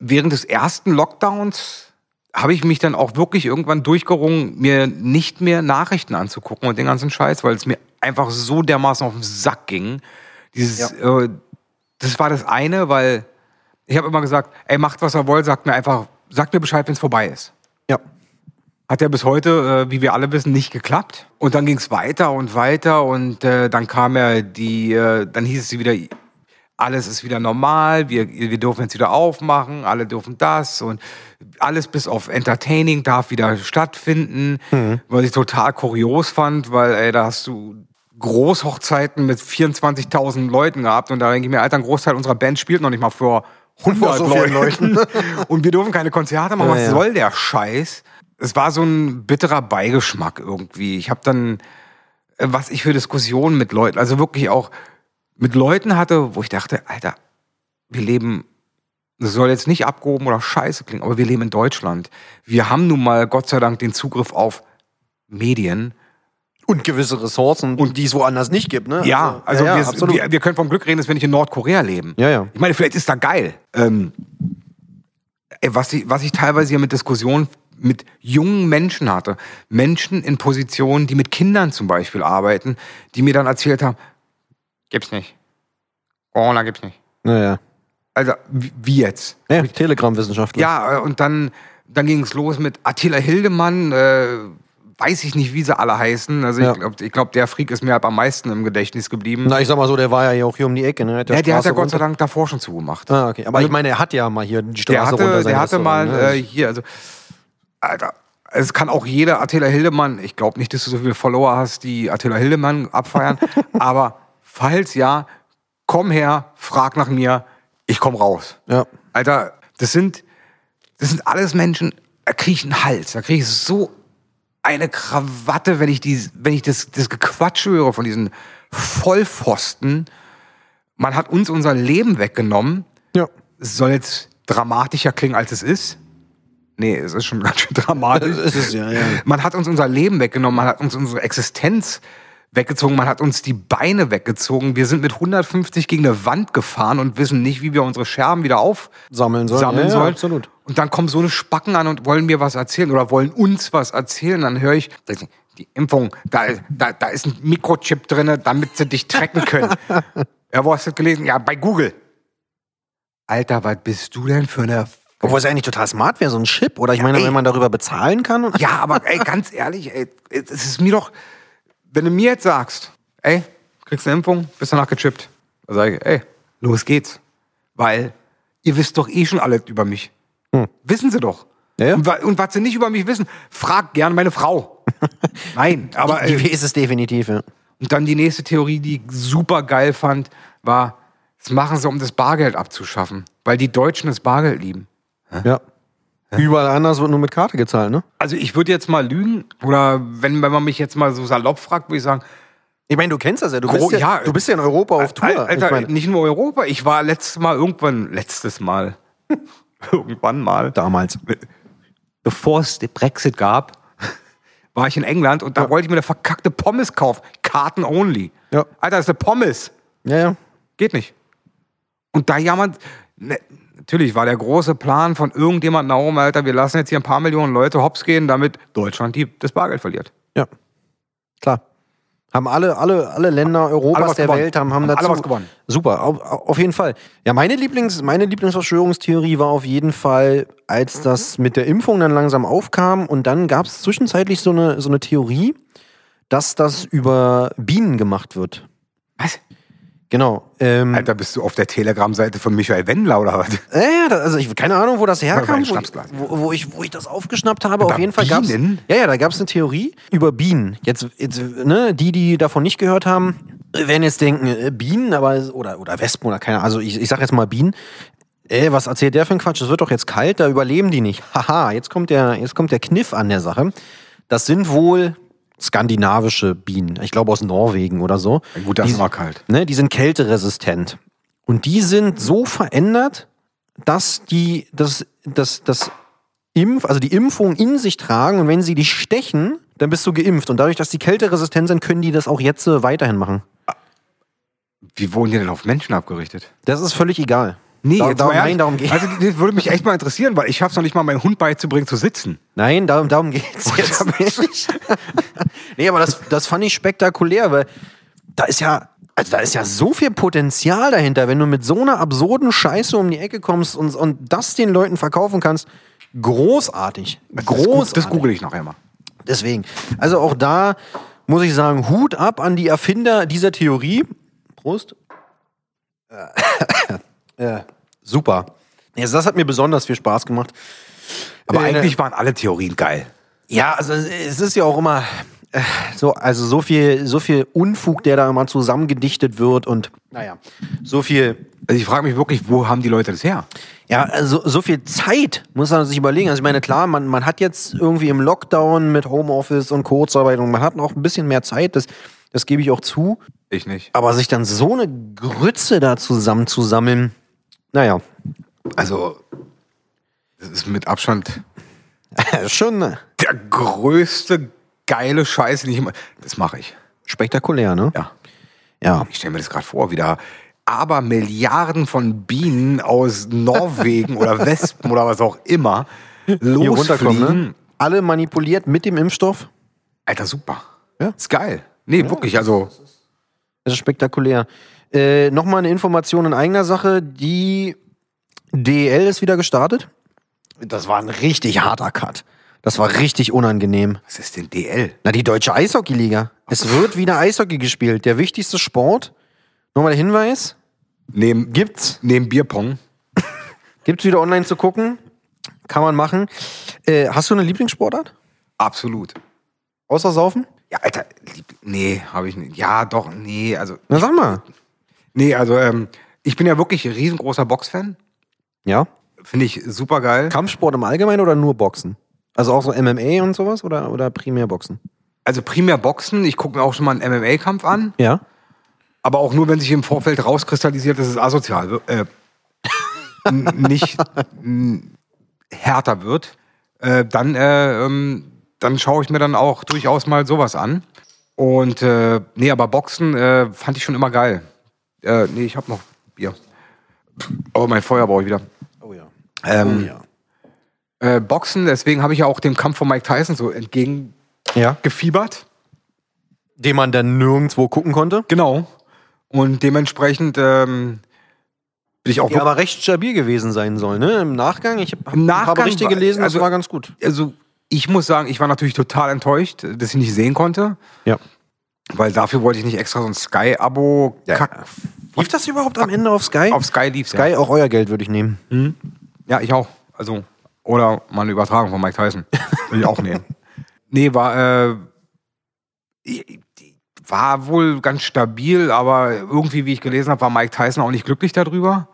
während des ersten Lockdowns habe ich mich dann auch wirklich irgendwann durchgerungen, mir nicht mehr Nachrichten anzugucken und den ganzen Scheiß, weil es mir einfach so dermaßen auf den Sack ging. Dieses, äh, das war das eine, weil ich habe immer gesagt, ey, macht was ihr wollt, sagt mir einfach, sagt mir Bescheid, wenn es vorbei ist. ja. Hat ja bis heute, äh, wie wir alle wissen, nicht geklappt. Und dann ging es weiter und weiter und äh, dann kam ja die, äh, dann hieß es wieder, alles ist wieder normal, wir, wir dürfen jetzt wieder aufmachen, alle dürfen das und alles bis auf Entertaining darf wieder stattfinden, was ich total kurios fand, weil ey, da hast du Großhochzeiten mit 24.000 Leuten gehabt und da denke ich mir, Alter, ein Großteil unserer Band spielt noch nicht mal vor 100 Vor so vielen Leuten. und wir dürfen keine Konzerte machen, Ja, was ja. soll der Scheiß? Es war so ein bitterer Beigeschmack irgendwie. Ich habe dann äh, was ich für Diskussionen mit Leuten, also wirklich auch mit Leuten hatte, wo ich dachte, Alter, wir leben, das soll jetzt nicht abgehoben oder scheiße klingen, aber wir leben in Deutschland. Wir haben nun mal Gott sei Dank den Zugriff auf Medien. Und gewisse Ressourcen, und die es woanders nicht gibt, ne? Ja, also ja, ja, wir, absolut. Wir, wir können vom Glück reden, dass wir nicht in Nordkorea leben. ja, ja. Ich meine, vielleicht ist da geil. Ähm, ey, was, ich, was ich teilweise hier mit Diskussionen mit jungen Menschen hatte, Menschen in Positionen, die mit Kindern zum Beispiel arbeiten, die mir dann erzählt haben, gibt's nicht. Corona gibt's nicht. Ja, ja. Also, wie wie jetzt? ja Telegram-Wissenschaftler. Ja, äh, und dann, dann ging es los mit Attila Hildemann, äh, weiß ich nicht, wie sie alle heißen. Also Ja. ich glaube, ich glaub, der Freak ist mir halt am meisten im Gedächtnis geblieben. Na, ich sag mal so, der war ja hier auch hier um die Ecke, ne? ja, der hat ja Straße Gott sei runter- Dank davor schon zugemacht. Ah, okay. Aber ich meine, er hat ja mal hier die Straße Der hatte, runter sein der hatte mal Restaurant, ne? äh, hier, also, Alter, es kann auch jeder Attila Hildemann, ich glaube nicht, dass du so viele Follower hast, die Attila Hildemann abfeiern, aber falls ja, komm her, frag nach mir, ich komm raus. Ja. Alter, das sind, das sind alles Menschen, da kriege ich einen Hals, da kriege ich so eine Krawatte, wenn ich, die, wenn ich das, das Gequatsch höre von diesen Vollpfosten. Man hat uns unser Leben weggenommen Ja. es soll jetzt dramatischer klingen, als es ist. Nee, es ist schon ganz schön dramatisch. Es ist ja, ja. Man hat uns unser Leben weggenommen, man hat uns unsere Existenz weggezogen, man hat uns die Beine weggezogen. Wir sind mit 150 gegen eine Wand gefahren und wissen nicht, wie wir unsere Scherben wieder aufsammeln Sammeln sollen. ja, sollen. Ja, absolut. Und dann kommen so eine Spacken an und wollen mir was erzählen oder wollen uns was erzählen. Dann höre ich, die Impfung, da, da, da ist ein Mikrochip drin, damit sie dich tracken können. ja, wo hast du das gelesen? Ja, bei Google. Alter, was bist du denn für eine Obwohl es eigentlich total smart wäre, so ein Chip. Oder ich meine, ey. wenn man darüber bezahlen kann. Und Ja, aber ey, ganz ehrlich, ey, es ist mir doch, wenn du mir jetzt sagst, ey, kriegst eine Impfung, bist danach gechippt, dann sage ich, ey, los geht's. Weil ihr wisst doch eh schon alles über mich. Wissen sie doch. Ja, ja. Und, wa- und was sie nicht über mich wissen, frag gern meine Frau. Nein, aber die äh, ist es definitiv, ja. und dann die nächste Theorie, die ich super geil fand, war, das machen sie, um das Bargeld abzuschaffen, weil die Deutschen das Bargeld lieben. ja. Überall anders wird nur mit Karte gezahlt, ne? Also ich würde jetzt mal lügen oder wenn, wenn man mich jetzt mal so salopp fragt, würde ich sagen, Ich meine, du kennst das ja. Du, Gro- bist, ja, ja. du bist ja in Europa auf Tour. Al- Alter, ich meine, nicht nur Europa. Ich war letztes Mal irgendwann, letztes Mal, irgendwann mal, damals. bevor es den Brexit gab, war ich in England und da wollte ich mir eine verkackte Pommes kaufen. Karten only. Ja. Alter, das ist eine Pommes. Ja, ja. Geht nicht. Und da jammert, ne, natürlich war der große Plan von irgendjemandem nach oben, Alter, wir lassen jetzt hier ein paar Millionen Leute hops gehen, damit Deutschland die, das Bargeld verliert. Ja. Klar. Haben alle, alle, alle Länder Europas alle was der gewonnen. Welt haben, haben Haben dazu. alle was gewonnen. Super, auf, auf jeden Fall. Ja, meine, Lieblings, meine Lieblingsverschwörungstheorie war auf jeden Fall, Mhm. als das mit der Impfung dann langsam aufkam und dann gab es zwischenzeitlich so eine, so eine Theorie, dass das über Bienen gemacht wird. Was? Genau. Ähm, Alter, bist du auf der Telegram-Seite von Michael Wendler oder was? Ja, ja, da- also ich keine Ahnung, wo das Oder herkam, mein wo ich, Schnapsglas. wo, wo, ich, wo ich das aufgeschnappt habe. Auf Über jeden Fall gab's Bienen? Ja, ja, da gab's eine Theorie über Bienen. Jetzt, jetzt ne, die, die davon nicht gehört haben, werden jetzt denken, äh, Bienen, aber oder oder Wespen oder keine Ahnung. Also ich, ich sag jetzt mal Bienen. Ey, was erzählt der für ein Quatsch? Es wird doch jetzt kalt, da überleben die nicht. Haha, jetzt kommt der, jetzt kommt der Kniff an der Sache. Das sind wohl skandinavische Bienen. Ich glaube aus Norwegen oder so. Gut, da Die- ist immer kalt. ne, die sind kälteresistent. Und die sind so verändert, dass die das, das, das Impf, also die Impfung in sich tragen und wenn sie dich stechen, dann bist du geimpft. Und dadurch, dass die kälteresistent sind, können die das auch jetzt äh, weiterhin machen. Wie wurden die denn auf Menschen abgerichtet? Das ist völlig egal. Nee, Dar- jetzt darum, mal ehrlich. nein, darum geht's. Also, das würde mich echt mal interessieren, weil ich schaff's noch nicht mal, meinen Hund beizubringen zu sitzen. Nein, darum, darum geht's jetzt nicht. nee, aber das, das fand ich spektakulär, weil da ist ja, also da ist ja so viel Potenzial dahinter, wenn du mit so einer absurden Scheiße um die Ecke kommst und, und das den Leuten verkaufen kannst. Großartig. Großartig. Das, das google ich nachher mal. Deswegen. Also auch da muss ich sagen, Hut ab an die Erfinder dieser Theorie. Prost. Äh, äh, super. Also das hat mir besonders viel Spaß gemacht. Aber Äh, eigentlich waren alle Theorien geil. Ja, also es ist ja auch immer äh, so, also so viel, so viel Unfug, der da immer zusammengedichtet wird und naja, so viel, Also ich frage mich wirklich, wo haben die Leute das her? ja, also so viel Zeit muss man sich überlegen. Also ich meine, klar, man, man hat jetzt irgendwie im Lockdown mit Homeoffice und Kurzarbeit und man hat noch ein bisschen mehr Zeit. Das, Das gebe ich auch zu. Ich nicht. Aber sich dann so eine Grütze da zusammenzusammeln, naja, Also, das ist mit Abstand schon der größte geile Scheiß, den ich immer. Das mache ich. spektakulär, ne? Ja. Ja. Ich stelle mir das gerade vor, wieder. Aber Milliarden von Bienen aus Norwegen oder Wespen oder was auch immer Hier losfliegen. runterkommen, ne? Alle manipuliert mit dem Impfstoff. Alter, super. Ja. Ist geil. Nee, wirklich, also. Das ist spektakulär. Äh, Nochmal eine Information in eigener Sache. Die DEL ist wieder gestartet. Das war ein richtig harter Cut. Das war richtig unangenehm. Was ist denn DL? Na, die deutsche Eishockeyliga. Es wird wieder Eishockey gespielt. Der wichtigste Sport. Nochmal der Hinweis. Neben, Gibt's. neben Bierpong. Gibt's wieder online zu gucken. Kann man machen. Äh, hast du eine Lieblingssportart? Absolut. Außer Saufen? Ja, Alter, lieb, nee, habe ich nicht. Ja, doch, nee, also. Na, sag mal. Nee, also, ähm, ich bin ja wirklich ein riesengroßer Boxfan. Ja. Finde ich super geil. Kampfsport im Allgemeinen oder nur Boxen? Also auch so MMA und sowas oder, oder primär Boxen? Also primär Boxen. Ich gucke mir auch schon mal einen MMA-Kampf an. Ja. Aber auch nur, wenn sich im Vorfeld rauskristallisiert, dass es asozial wird. Äh, n- nicht n- härter wird. Äh, dann äh, ähm, dann schaue ich mir dann auch durchaus mal sowas an. Und äh, nee, aber Boxen äh, fand ich schon immer geil. Äh, nee, ich habe noch Bier. Oh, mein Feuer brauche ich wieder. Oh ja. Ähm, ja. äh, Boxen, deswegen habe ich ja auch dem Kampf von Mike Tyson so entgegengefiebert. Ja. Den man dann nirgendwo gucken konnte. Genau. Und dementsprechend ähm, bin ich auch Ja, aber recht stabil gewesen sein soll, ne? Im Nachgang. Ich habe hab ein paar Nachgang Berichte war- gelesen, das also- war ganz gut. also ich muss sagen, ich war natürlich total enttäuscht, dass ich nicht sehen konnte, Ja. weil dafür wollte ich nicht extra so ein Sky-Abo. Ja. Kack- Lief das überhaupt am Ende auf Sky? Auf Sky lief Sky, auch euer Geld würde ich nehmen. Ja. ja, ich auch. Also oder mal eine Übertragung von Mike Tyson will ich auch nehmen. Nee, war äh, ich- die- war wohl ganz stabil, aber irgendwie, wie ich gelesen habe, war Mike Tyson auch nicht glücklich darüber.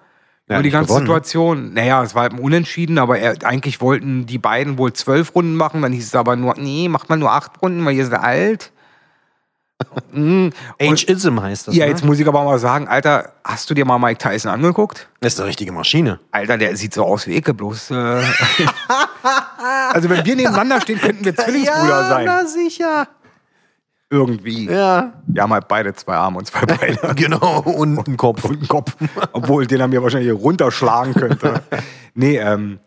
Ja, über die nicht ganze gewonnen, ne? Situation. Naja, es war halt ein Unentschieden, aber er, eigentlich wollten die beiden wohl zwölf Runden machen. Dann hieß es aber nur, nee, macht mal nur acht Runden, weil ihr seid alt. Mhm. Ageism heißt das. Ja, ne? jetzt muss ich aber mal sagen, Alter, hast du dir mal Mike Tyson angeguckt? Das ist eine richtige Maschine. Alter, der sieht so aus wie Icke, bloß. Äh also, wenn wir nebeneinander stehen, könnten wir Zwillingsbrüder sein. sicher. Irgendwie. Ja. Wir haben halt beide zwei Arme und zwei Beine. Genau, und ein Kopf. und einen Kopf. Obwohl, den er mir wahrscheinlich hier runterschlagen könnte. nee, ähm.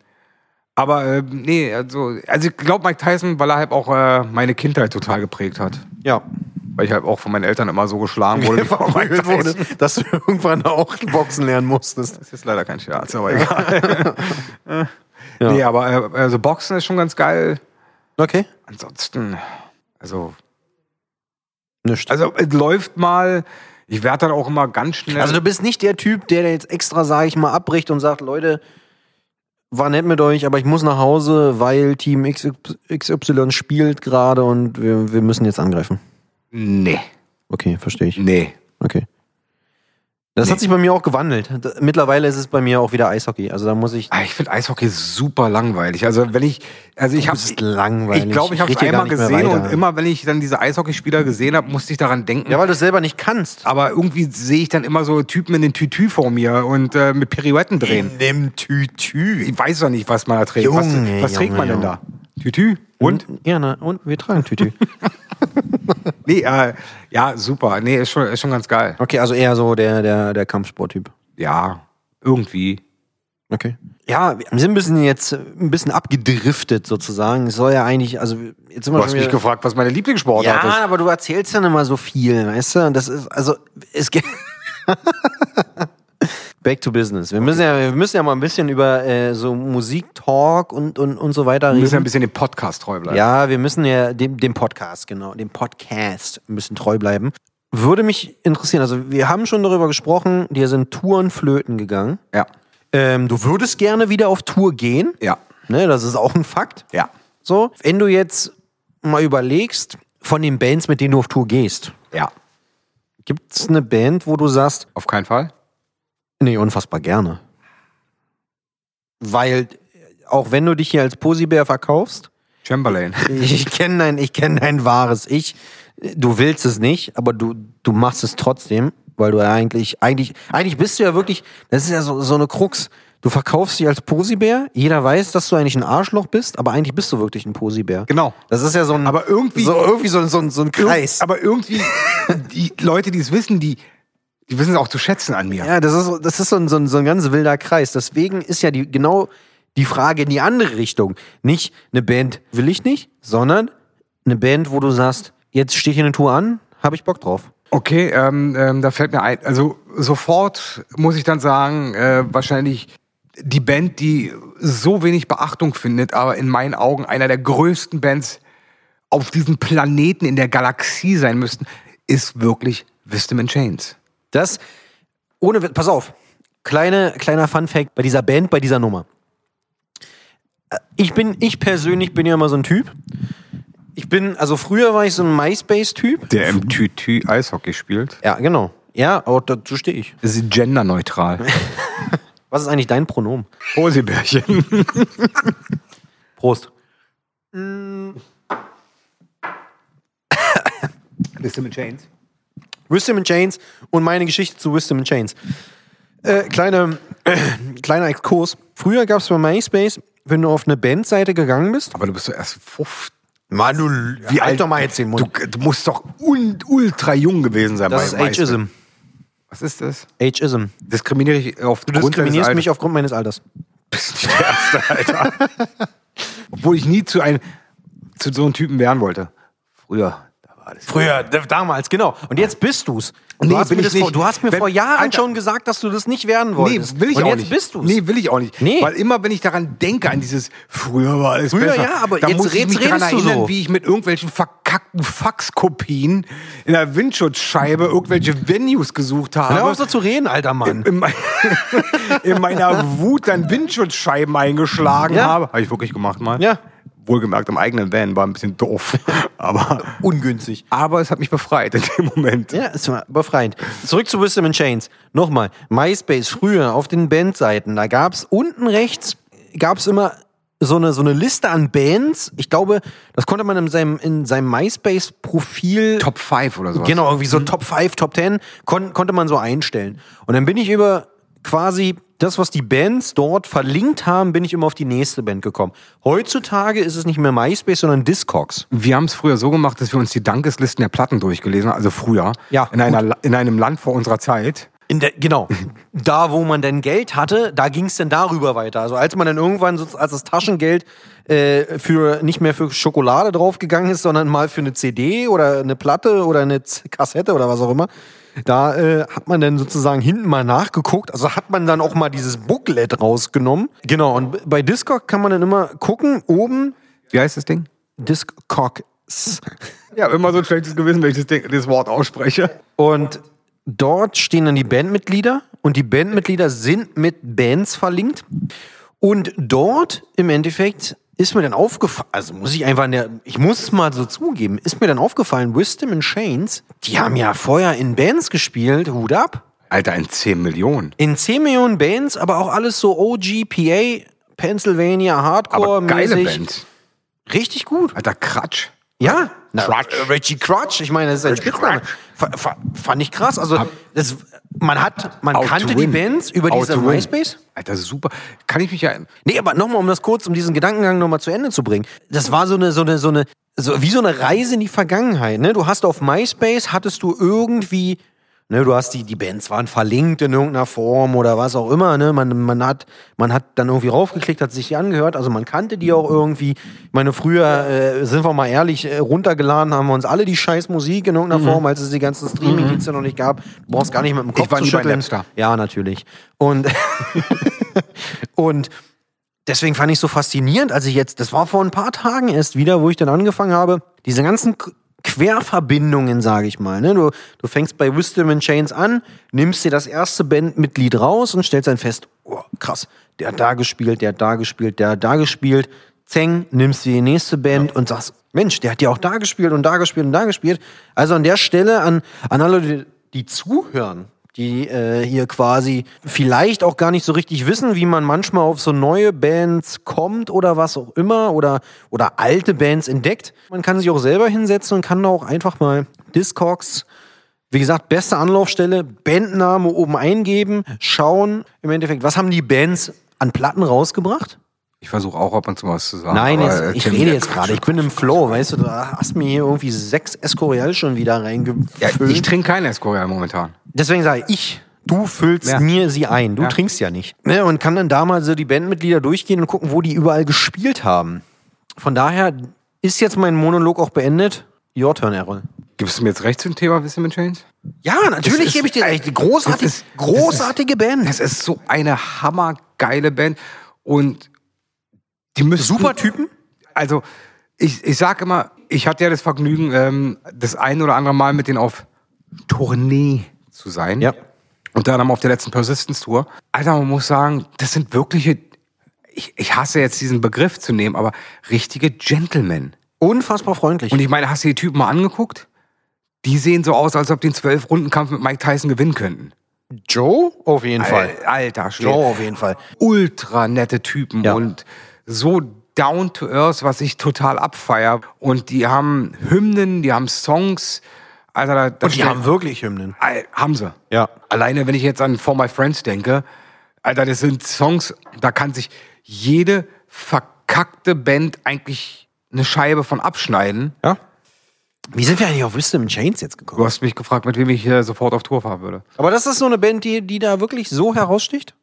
Aber, ähm, nee, also, also ich glaube Mike Tyson, weil er halt auch äh, meine Kindheit total geprägt hat. Ja. Weil ich halt auch von meinen Eltern immer so geschlagen wurde. wie von Mike Verprügelt wurde, Tyson. dass du irgendwann auch Boxen lernen musstest. Das ist leider kein Scherz, aber egal. Ja. Nee, aber äh, also Boxen ist schon ganz geil. Okay. Ansonsten, also, Nicht. also es läuft mal. Ich werde dann auch immer ganz schnell. Also du bist nicht der Typ, der jetzt extra, sage ich mal, abbricht und sagt, Leute, war nett mit euch, aber ich muss nach Hause, weil Team XY spielt gerade und wir, wir müssen jetzt angreifen. nee, Okay, verstehe ich. nee. Okay. Das hat sich bei mir auch gewandelt. D- Mittlerweile ist es bei mir auch wieder Eishockey. Also da muss ich. Ah, ich finde Eishockey super langweilig. Also wenn ich, also ich habe, Das ist ich langweilig. glaube, ich habe es rede hier gar einmal nicht mehr gesehen weiter. und immer, wenn ich dann diese Eishockeyspieler gesehen habe, musste ich daran denken. Ja, weil du es selber nicht kannst. aber irgendwie sehe ich dann immer so Typen in den Tütü vor mir und äh, mit Pirouetten drehen. dem Tütü. Ich weiß doch nicht, was man da trägt. Junge, was was trägt Junge, man denn Junge. Hm? da? Tütü? Und? Ja, na, und wir tragen Tütü. Nee, äh, ja, super. Nee, ist schon, ist schon ganz geil. okay, also eher so der, der, der Kampfsporttyp. Ja, irgendwie. Okay. Ja, wir sind ein bisschen jetzt äh, ein bisschen abgedriftet sozusagen. Es soll ja eigentlich, also jetzt sind wir Du hast schon mich wieder, gefragt, was meine Lieblingssportart Ja, ist. aber du erzählst dann immer so viel, weißt du? Und das ist also es geht Back to business. Wir müssen ja, wir müssen ja mal ein bisschen über äh, so Musik-Talk und, und, und so weiter Wir müssen ja ein reden. bisschen dem Podcast treu bleiben. Ja, wir müssen ja dem, dem Podcast, genau, dem Podcast ein bisschen treu bleiben. Würde mich interessieren, also wir haben schon darüber gesprochen, dir sind Touren flöten gegangen. Ja. Ähm, du würdest gerne wieder auf Tour gehen. Ja. Ne, das ist auch ein Fakt. Ja. So, wenn du jetzt mal überlegst, von den Bands, mit denen du auf Tour gehst, Ja. gibt es eine Band, wo du sagst, Auf keinen Fall. nee, unfassbar gerne. Weil, äh, auch wenn du dich hier als Posibär verkaufst, Chamberlain. Ich kenne dein, ich kenne dein wahres Ich. Du willst es nicht, aber du, du machst es trotzdem, weil du ja eigentlich, eigentlich, eigentlich bist du ja wirklich, das ist ja so, so eine Krux. Du verkaufst dich als Posibär, jeder weiß, dass du eigentlich ein Arschloch bist, aber eigentlich bist du wirklich ein Posibär. Genau. Das ist ja so ein, Aber irgendwie- so, irgendwie so, ein- so, ein- so ein Kreis. Aber irgendwie, die Leute, die es wissen, die, die wissen es auch zu schätzen an mir. Ja, das ist, das ist so, ein, so, ein, so ein ganz wilder Kreis. Deswegen ist ja die, genau die Frage in die andere Richtung. Nicht eine Band will ich nicht, sondern eine Band, wo du sagst, jetzt steht hier eine Tour an, habe ich Bock drauf. Okay, ähm, ähm, da fällt mir ein, also sofort muss ich dann sagen, äh, wahrscheinlich die Band, die so wenig Beachtung findet, aber in meinen Augen einer der größten Bands auf diesem Planeten in der Galaxie sein müssten, ist wirklich Wisdom in Chains. Das, ohne, Witz- pass auf, kleine, kleiner Fun-Fact bei dieser Band, bei dieser Nummer. Äh, Ich bin, ich persönlich bin ja immer so ein Typ. Ich bin, also früher war ich so ein MySpace-Typ. Der im Tütü Eishockey spielt. Ja, genau. Ja, aber dazu stehe ich. Das ist genderneutral. Was ist eigentlich dein Pronomen? Rosibärchen. Prost. Wisdom in Chains? Wisdom in Chains und meine Geschichte zu Wisdom in Chains. Äh, kleine, kleiner Exkurs. Früher gab es bei MySpace, wenn du auf eine Bandseite gegangen bist. Aber du bist doch erst 15. Mann, du, wie alt Halt doch mal jetzt den Du, Mund. du musst doch un, ultra jung gewesen sein. das ist bei- bei- Ageism. Was ist das? Ageism. Diskriminiere ich auf Du diskriminierst mich aufgrund meines Alters. bist nicht der Erste, Alter. Obwohl ich nie zu, ein, zu so einem Typen werden wollte. Früher, da war das. Früher, d- damals, genau. Und jetzt bist du's. Du, Nee, hast, bin mir ich das vor, nicht. du hast mir Wenn- vor Jahren Alter. schon gesagt, dass du das nicht werden wolltest. Nee, will ich und auch jetzt nicht. bist du's. Nee, will ich auch nicht. Nee. Weil immer, wenn ich daran denke, an dieses früher war alles Früher besser, ja, aber da jetzt muss ich redst- mich daran redest du erinnern, so. wie ich mit irgendwelchen verkackten Faxkopien in der Windschutzscheibe irgendwelche Venues gesucht Hör habe. auf so zu reden, alter Mann. in, mein, in meiner Wut dann Windschutzscheiben eingeschlagen Ja. habe. Habe ich wirklich gemacht mal. Ja. Wohlgemerkt im eigenen Van, war ein bisschen doof. Aber, Ungünstig. aber es hat mich befreit in dem Moment. Ja, es war befreiend. Zurück zu Wisdom in Chains. Nochmal, MySpace früher auf den Bandseiten, da gab's unten rechts gab's immer so eine, so eine Liste an Bands. Ich glaube, das konnte man in seinem, in seinem MySpace-Profil. Top 5 oder so. Genau, irgendwie so Top 5, Top 10 kon konnte man so einstellen. Und dann bin ich über quasi das, was die Bands dort verlinkt haben, bin ich immer auf die nächste Band gekommen. Heutzutage ist es nicht mehr MySpace, sondern Discogs. Wir haben es früher so gemacht, dass wir uns die Dankeslisten der Platten durchgelesen haben, also früher. Ja, in, einer, La- in einem Land vor unserer Zeit. In der, genau. da, wo man denn Geld hatte, da ging es denn darüber weiter. Also als man dann irgendwann, so, als das Taschengeld äh, für nicht mehr für Schokolade draufgegangen ist, sondern mal für eine CD oder eine Platte oder eine Z Kassette oder was auch immer, da äh, hat man dann sozusagen hinten mal nachgeguckt. Also hat man dann auch mal dieses Booklet rausgenommen. Genau, und b- bei Discog kann man dann immer gucken, oben Wie heißt das Ding? Discogs. Ja, immer so ein schlechtes Gewissen, wenn ich das, Ding, das Wort ausspreche. Und dort stehen dann die Bandmitglieder und die Bandmitglieder sind mit Bands verlinkt. Und dort im Endeffekt ist mir dann aufgefallen, also muss ich einfach, in der, ich muss es mal so zugeben, ist mir dann aufgefallen, Wisdom and Chains, die haben ja vorher in Bands gespielt, Hut ab. Alter, in 10 Millionen. In 10 Millionen Bands, aber auch alles so OGPA, Pennsylvania, Aber Hardcore, geile mäßig. Band. Richtig gut. Alter, Kratsch. Ja, na, Crutch. äh, Reggie Crutch, ich meine, das ist ein Spitzname. Fa- fa- Fand ich krass. Also, das, man hat, man Out kannte to die win. Bands über Out diese to win. MySpace. Alter, super. Kann ich mich ja. Nee, aber nochmal, um das kurz, um diesen Gedankengang nochmal zu Ende zu bringen. Das war so eine, so eine, so eine, so, wie so eine Reise in die Vergangenheit, ne? Du hast auf MySpace, hattest du irgendwie, ne, du hast die, die Bands waren verlinkt in irgendeiner Form oder was auch immer, ne? Man, man hat, man hat dann irgendwie raufgeklickt, hat sich die angehört, also man kannte die auch irgendwie. Ich meine, früher, äh, sind wir mal ehrlich, äh, runtergeladen haben wir uns alle die scheiß Musik in irgendeiner Mhm. Form, als es die ganzen Streaming-Dienste noch nicht gab. Du brauchst gar nicht mit dem Kopf war zu nie bei schütteln. Napster. Ja, natürlich. Und, und, deswegen fand ich so faszinierend, als ich jetzt, das war vor ein paar Tagen erst wieder, wo ich dann angefangen habe, diese ganzen K- Querverbindungen, sage ich mal. Ne? Du, du fängst bei Wisdom in Chains an, nimmst dir das erste Bandmitglied raus und stellst dann fest, oh, krass, der hat da gespielt, der hat da gespielt, der hat da gespielt. Zeng, nimmst dir die nächste Band und sagst, Mensch, der hat ja auch da gespielt und da gespielt und da gespielt. Also an der Stelle an, an alle, die, die zuhören, die äh, hier quasi vielleicht auch gar nicht so richtig wissen, wie man manchmal auf so neue Bands kommt oder was auch immer oder, oder alte Bands entdeckt. Man kann sich auch selber hinsetzen und kann da auch einfach mal Discogs, wie gesagt, beste Anlaufstelle, Bandname oben eingeben, schauen im Endeffekt, was haben die Bands an Platten rausgebracht? Ich versuche auch ab und zu was zu sagen. Nein, aber, jetzt, äh, ich Tim, rede der jetzt Quatsch- gerade. Ich bin im Flow, weißt du, du hast mir hier irgendwie sechs Escorial schon wieder Ja, reingefüllt. ich trinke keine Escorial momentan. Deswegen sage ich, du füllst Ja. mir sie ein. Du Ja. trinkst ja nicht. Ne? Und kann dann da mal so die Bandmitglieder durchgehen und gucken, wo die überall gespielt haben. Von daher ist jetzt mein Monolog auch beendet. Your turn, Errol. Gibst du mir jetzt recht zum Thema Wisdom and Chains? Ja, natürlich ist- gebe ich dir recht. das Großartig, ist- das großartige Band. Es ist so eine hammergeile Band und die müssen Super Typen. Also ich, ich sag immer, ich hatte ja das Vergnügen, ähm, das ein oder andere Mal mit denen auf Tournee zu sein. Ja. Unter anderem auf der letzten Persistence Tour. Alter, man muss sagen, das sind wirkliche, ich, ich hasse jetzt diesen Begriff zu nehmen, aber richtige Gentlemen. Unfassbar freundlich. Und ich meine, hast du die Typen mal angeguckt? Die sehen so aus, als ob die einen Zwölf-Runden-Kampf mit Mike Tyson gewinnen könnten. Joe? Auf jeden Fall. Al- Alter, Schwede. Joe auf jeden Fall. ultra nette Typen Ja. und so down to earth, was ich total abfeier. Und die haben Hymnen, die haben Songs. Also da, da Und die steht- haben wirklich Hymnen. Al- haben sie. Ja. Alleine, wenn ich jetzt an For My Friends denke, Alter, das sind Songs, da kann sich jede verkackte Band eigentlich eine Scheibe von abschneiden. Ja. Wie sind wir eigentlich auf Wisdom in Chains jetzt gekommen? Du hast mich gefragt, mit wem ich hier sofort auf Tour fahren würde. Aber das ist so eine Band, die, die da wirklich so heraussticht?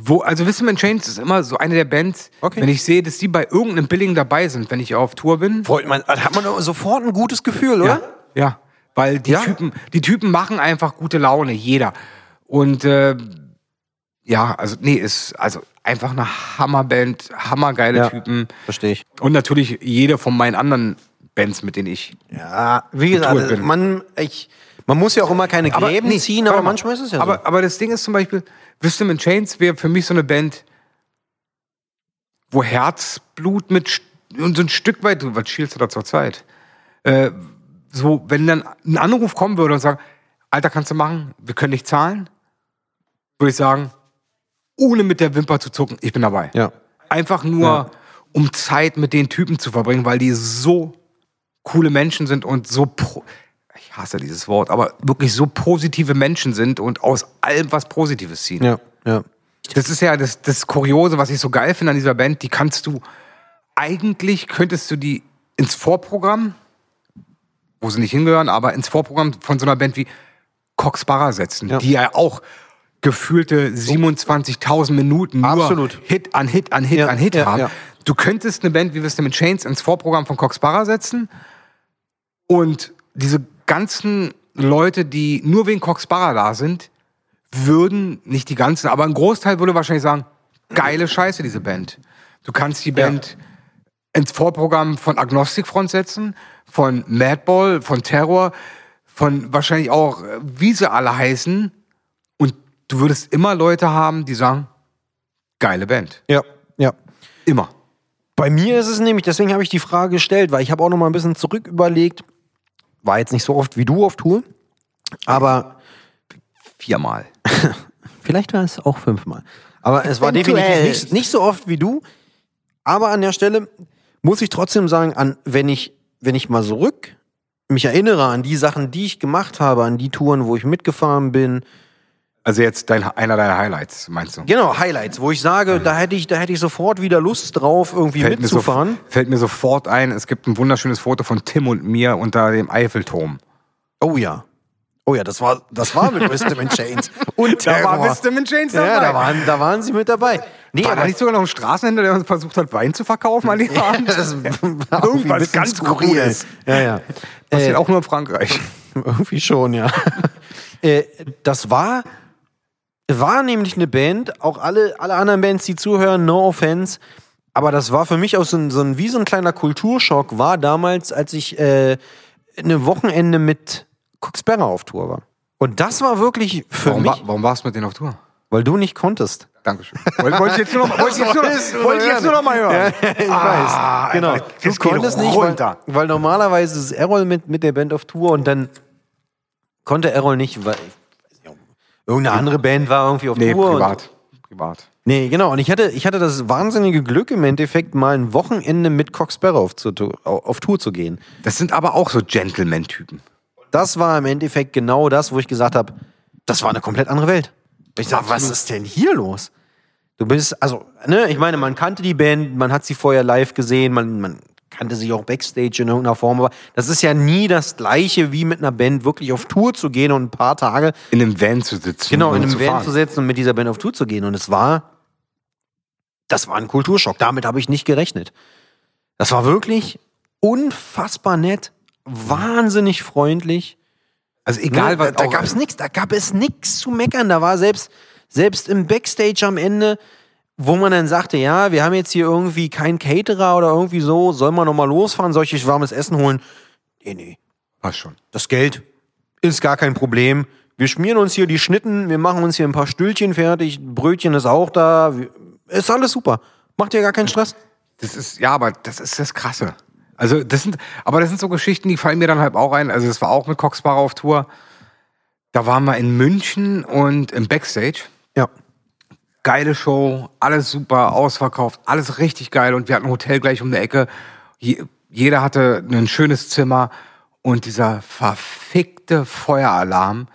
Wo, also Wisdom and Chains ist immer so eine der Bands, Okay. wenn ich sehe, dass die bei irgendeinem Billing dabei sind, wenn ich auf Tour bin. Freut man, hat man sofort ein gutes Gefühl, oder? Ja, ja weil die, Ja? Typen, die Typen machen einfach gute Laune, jeder. Und äh, ja, also nee, ist also einfach eine Hammerband, hammergeile Ja. Typen. Verstehe ich. Und natürlich jede von meinen anderen Bands, mit denen ich. Ja, wie Getourt gesagt, bin. man, ich, man muss ja auch immer keine Gräben nee, ziehen, warte aber mal. manchmal ist es ja aber, so. Aber das Ding ist zum Beispiel, Wisdom in Chains wäre für mich so eine Band, wo Herzblut mit St- und so ein Stück weit, du, was schielst du da zur Zeit? Äh, so, wenn dann ein Anruf kommen würde und sagen, Alter, kannst du machen, wir können dich zahlen, würde ich sagen, ohne mit der Wimper zu zucken, ich bin dabei. Ja. Einfach nur, um Zeit mit den Typen zu verbringen, weil die so coole Menschen sind und so, pro ich hasse dieses Wort, aber wirklich so positive Menschen sind und aus allem was Positives ziehen. Ja, ja. Das ist ja das, das Kuriose, was ich so geil finde an dieser Band, die kannst du, eigentlich könntest du die ins Vorprogramm, wo sie nicht hingehören, aber ins Vorprogramm von so einer Band wie Cox Barra setzen, die ja auch gefühlte 27.000 Minuten nur Absolut. Hit an Hit an Hit Ja, an Hit ja, haben. ja. Du könntest eine Band wie Wisdom mit Chains ins Vorprogramm von Cox Barra setzen und diese ganzen Leute, die nur wegen Cox Barra da sind, würden, nicht die ganzen, aber ein Großteil würde wahrscheinlich sagen, geile Scheiße, diese Band. Du kannst die Band ins Vorprogramm von Agnostic Front setzen, von Madball, von Terror, von wahrscheinlich auch, äh, wie sie alle heißen. Und du würdest immer Leute haben, die sagen, geile Band. Ja, ja. Immer. Bei mir ist es nämlich, deswegen habe ich die Frage gestellt, weil ich habe auch noch mal ein bisschen zurück überlegt. War jetzt nicht so oft wie du auf Tour, aber Viermal. vielleicht war es auch fünfmal. Aber es war Eventuell. definitiv nicht, nicht so oft wie du. Aber an der Stelle muss ich trotzdem sagen, an, wenn, ich, wenn ich mal zurück mich erinnere an die Sachen, die ich gemacht habe, an die Touren, wo ich mitgefahren bin, Also jetzt dein, einer deiner Highlights, meinst du? Genau, Highlights, wo ich sage, da hätte ich, da hätte ich sofort wieder Lust drauf, irgendwie mir, so, mitzufahren. fällt mir sofort ein, es gibt ein wunderschönes Foto von Tim und mir unter dem Eiffelturm. oh ja. Oh ja, das war, das war mit Wisdom in Chains. Und Da war Terror. Wisdom in Chains Ja, dabei. da waren, da waren sie mit dabei. Nee, War da aber nicht sogar noch ein Straßenhändler, der uns versucht hat, Wein zu verkaufen an dem Abend? das war Irgendwas irgendwie ein bisschen ganz skurril. Cooles. Ja, ja. Passiert auch nur in Frankreich. Irgendwie schon, ja. äh, das war, war nämlich eine Band, auch alle, alle anderen Bands, die zuhören, no offense. Aber das war für mich auch so ein, so ein wie so ein kleiner Kulturschock, war damals, als ich äh, ein Wochenende mit Coxberger auf Tour war. Und das war wirklich für Warum, wa mich, warum warst du mit denen auf Tour? weil du nicht konntest. Dankeschön. Wollte wollte ich jetzt nur noch, wollte ich jetzt nur noch, wollte ich jetzt nur noch mal hören. Ich Ah, weiß, genau. Alter, Du das konntest geht nicht, weil, runter. weil normalerweise ist Errol mit, mit der Band auf Tour und dann konnte Errol nicht, weil Irgendeine andere Band war irgendwie auf Nee, Tour. und- privat. Privat. Nee, genau. Und ich hatte, ich hatte das wahnsinnige Glück, im Endeffekt mal ein Wochenende mit Cox Sparrow auf, zu, auf Tour zu gehen. Das sind aber auch so Gentleman-Typen. Das war im Endeffekt genau das, wo ich gesagt habe, das war eine komplett andere Welt. Ich sag, was ist denn hier los? Du bist, also, ne, ich meine, man kannte die Band, man hat sie vorher live gesehen, man, man kannte sie auch backstage in irgendeiner Form, aber das ist ja nie das Gleiche, wie mit einer Band wirklich auf Tour zu gehen und ein paar Tage In einem Van zu sitzen. Genau, und in einem zu Van fahren. zu setzen und mit dieser Band auf Tour zu gehen. Und es war, das war ein Kulturschock. Damit habe ich nicht gerechnet. Das war wirklich unfassbar nett, wahnsinnig freundlich. Also egal, Ne? was da auch- gab es nichts, da gab es nichts zu meckern. Da war selbst, selbst im Backstage am Ende, wo man dann sagte, ja, wir haben jetzt hier irgendwie keinen Caterer oder irgendwie so, soll man nochmal losfahren, soll ich euch warmes Essen holen? Nee, nee Passt schon. das Geld ist gar kein Problem. Wir schmieren uns hier die Schnitten, wir machen uns hier ein paar Stühlchen fertig, Brötchen ist auch da, wir- ist alles super. Macht ihr gar keinen Stress. Das ist, ja, aber das ist das Krasse. Also, das sind, aber das sind so Geschichten, die fallen mir dann halt auch ein. Also, das war auch mit Coxbar auf Tour. Da waren wir in München und im Backstage. Ja. Geile Show, alles super, ausverkauft, alles richtig geil. Und wir hatten ein Hotel gleich um die Ecke. Je, jeder hatte ein schönes Zimmer. Und dieser verfickte Feueralarm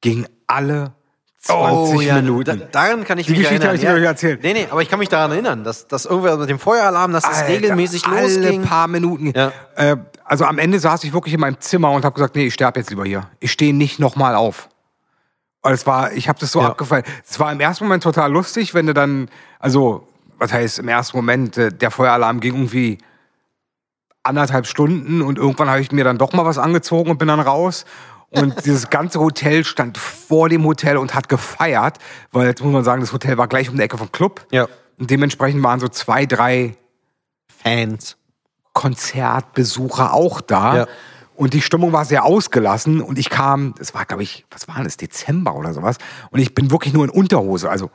ging alle 20 Minuten. Oh, Da, daran kann ich Die mich Geschichte erinnern. hab ich dir noch nicht erzählt. Nee, nee, aber ich kann mich daran erinnern, dass, dass irgendwer mit dem Feueralarm, dass das Alter, regelmäßig alle losging. paar Minuten. Ja. Äh, also am Ende saß ich wirklich in meinem Zimmer und habe gesagt, nee, ich sterbe jetzt lieber hier. Ich stehe nicht nochmal auf. Und es war, ich habe das so Ja. abgefallen. Es war im ersten Moment total lustig, wenn du dann, also was heißt im ersten Moment, äh, der Feueralarm ging irgendwie anderthalb Stunden und irgendwann habe ich mir dann doch mal was angezogen und bin dann raus. Und dieses ganze Hotel stand vor dem Hotel und hat gefeiert, weil jetzt muss man sagen, das Hotel war gleich um die Ecke vom Club. Ja. Und dementsprechend waren so zwei, drei Fans. Konzertbesucher auch da. Ja. Und die Stimmung war sehr ausgelassen und ich kam, es war, glaube ich, was war das, Dezember oder sowas. Und ich bin wirklich nur in Unterhose. Also,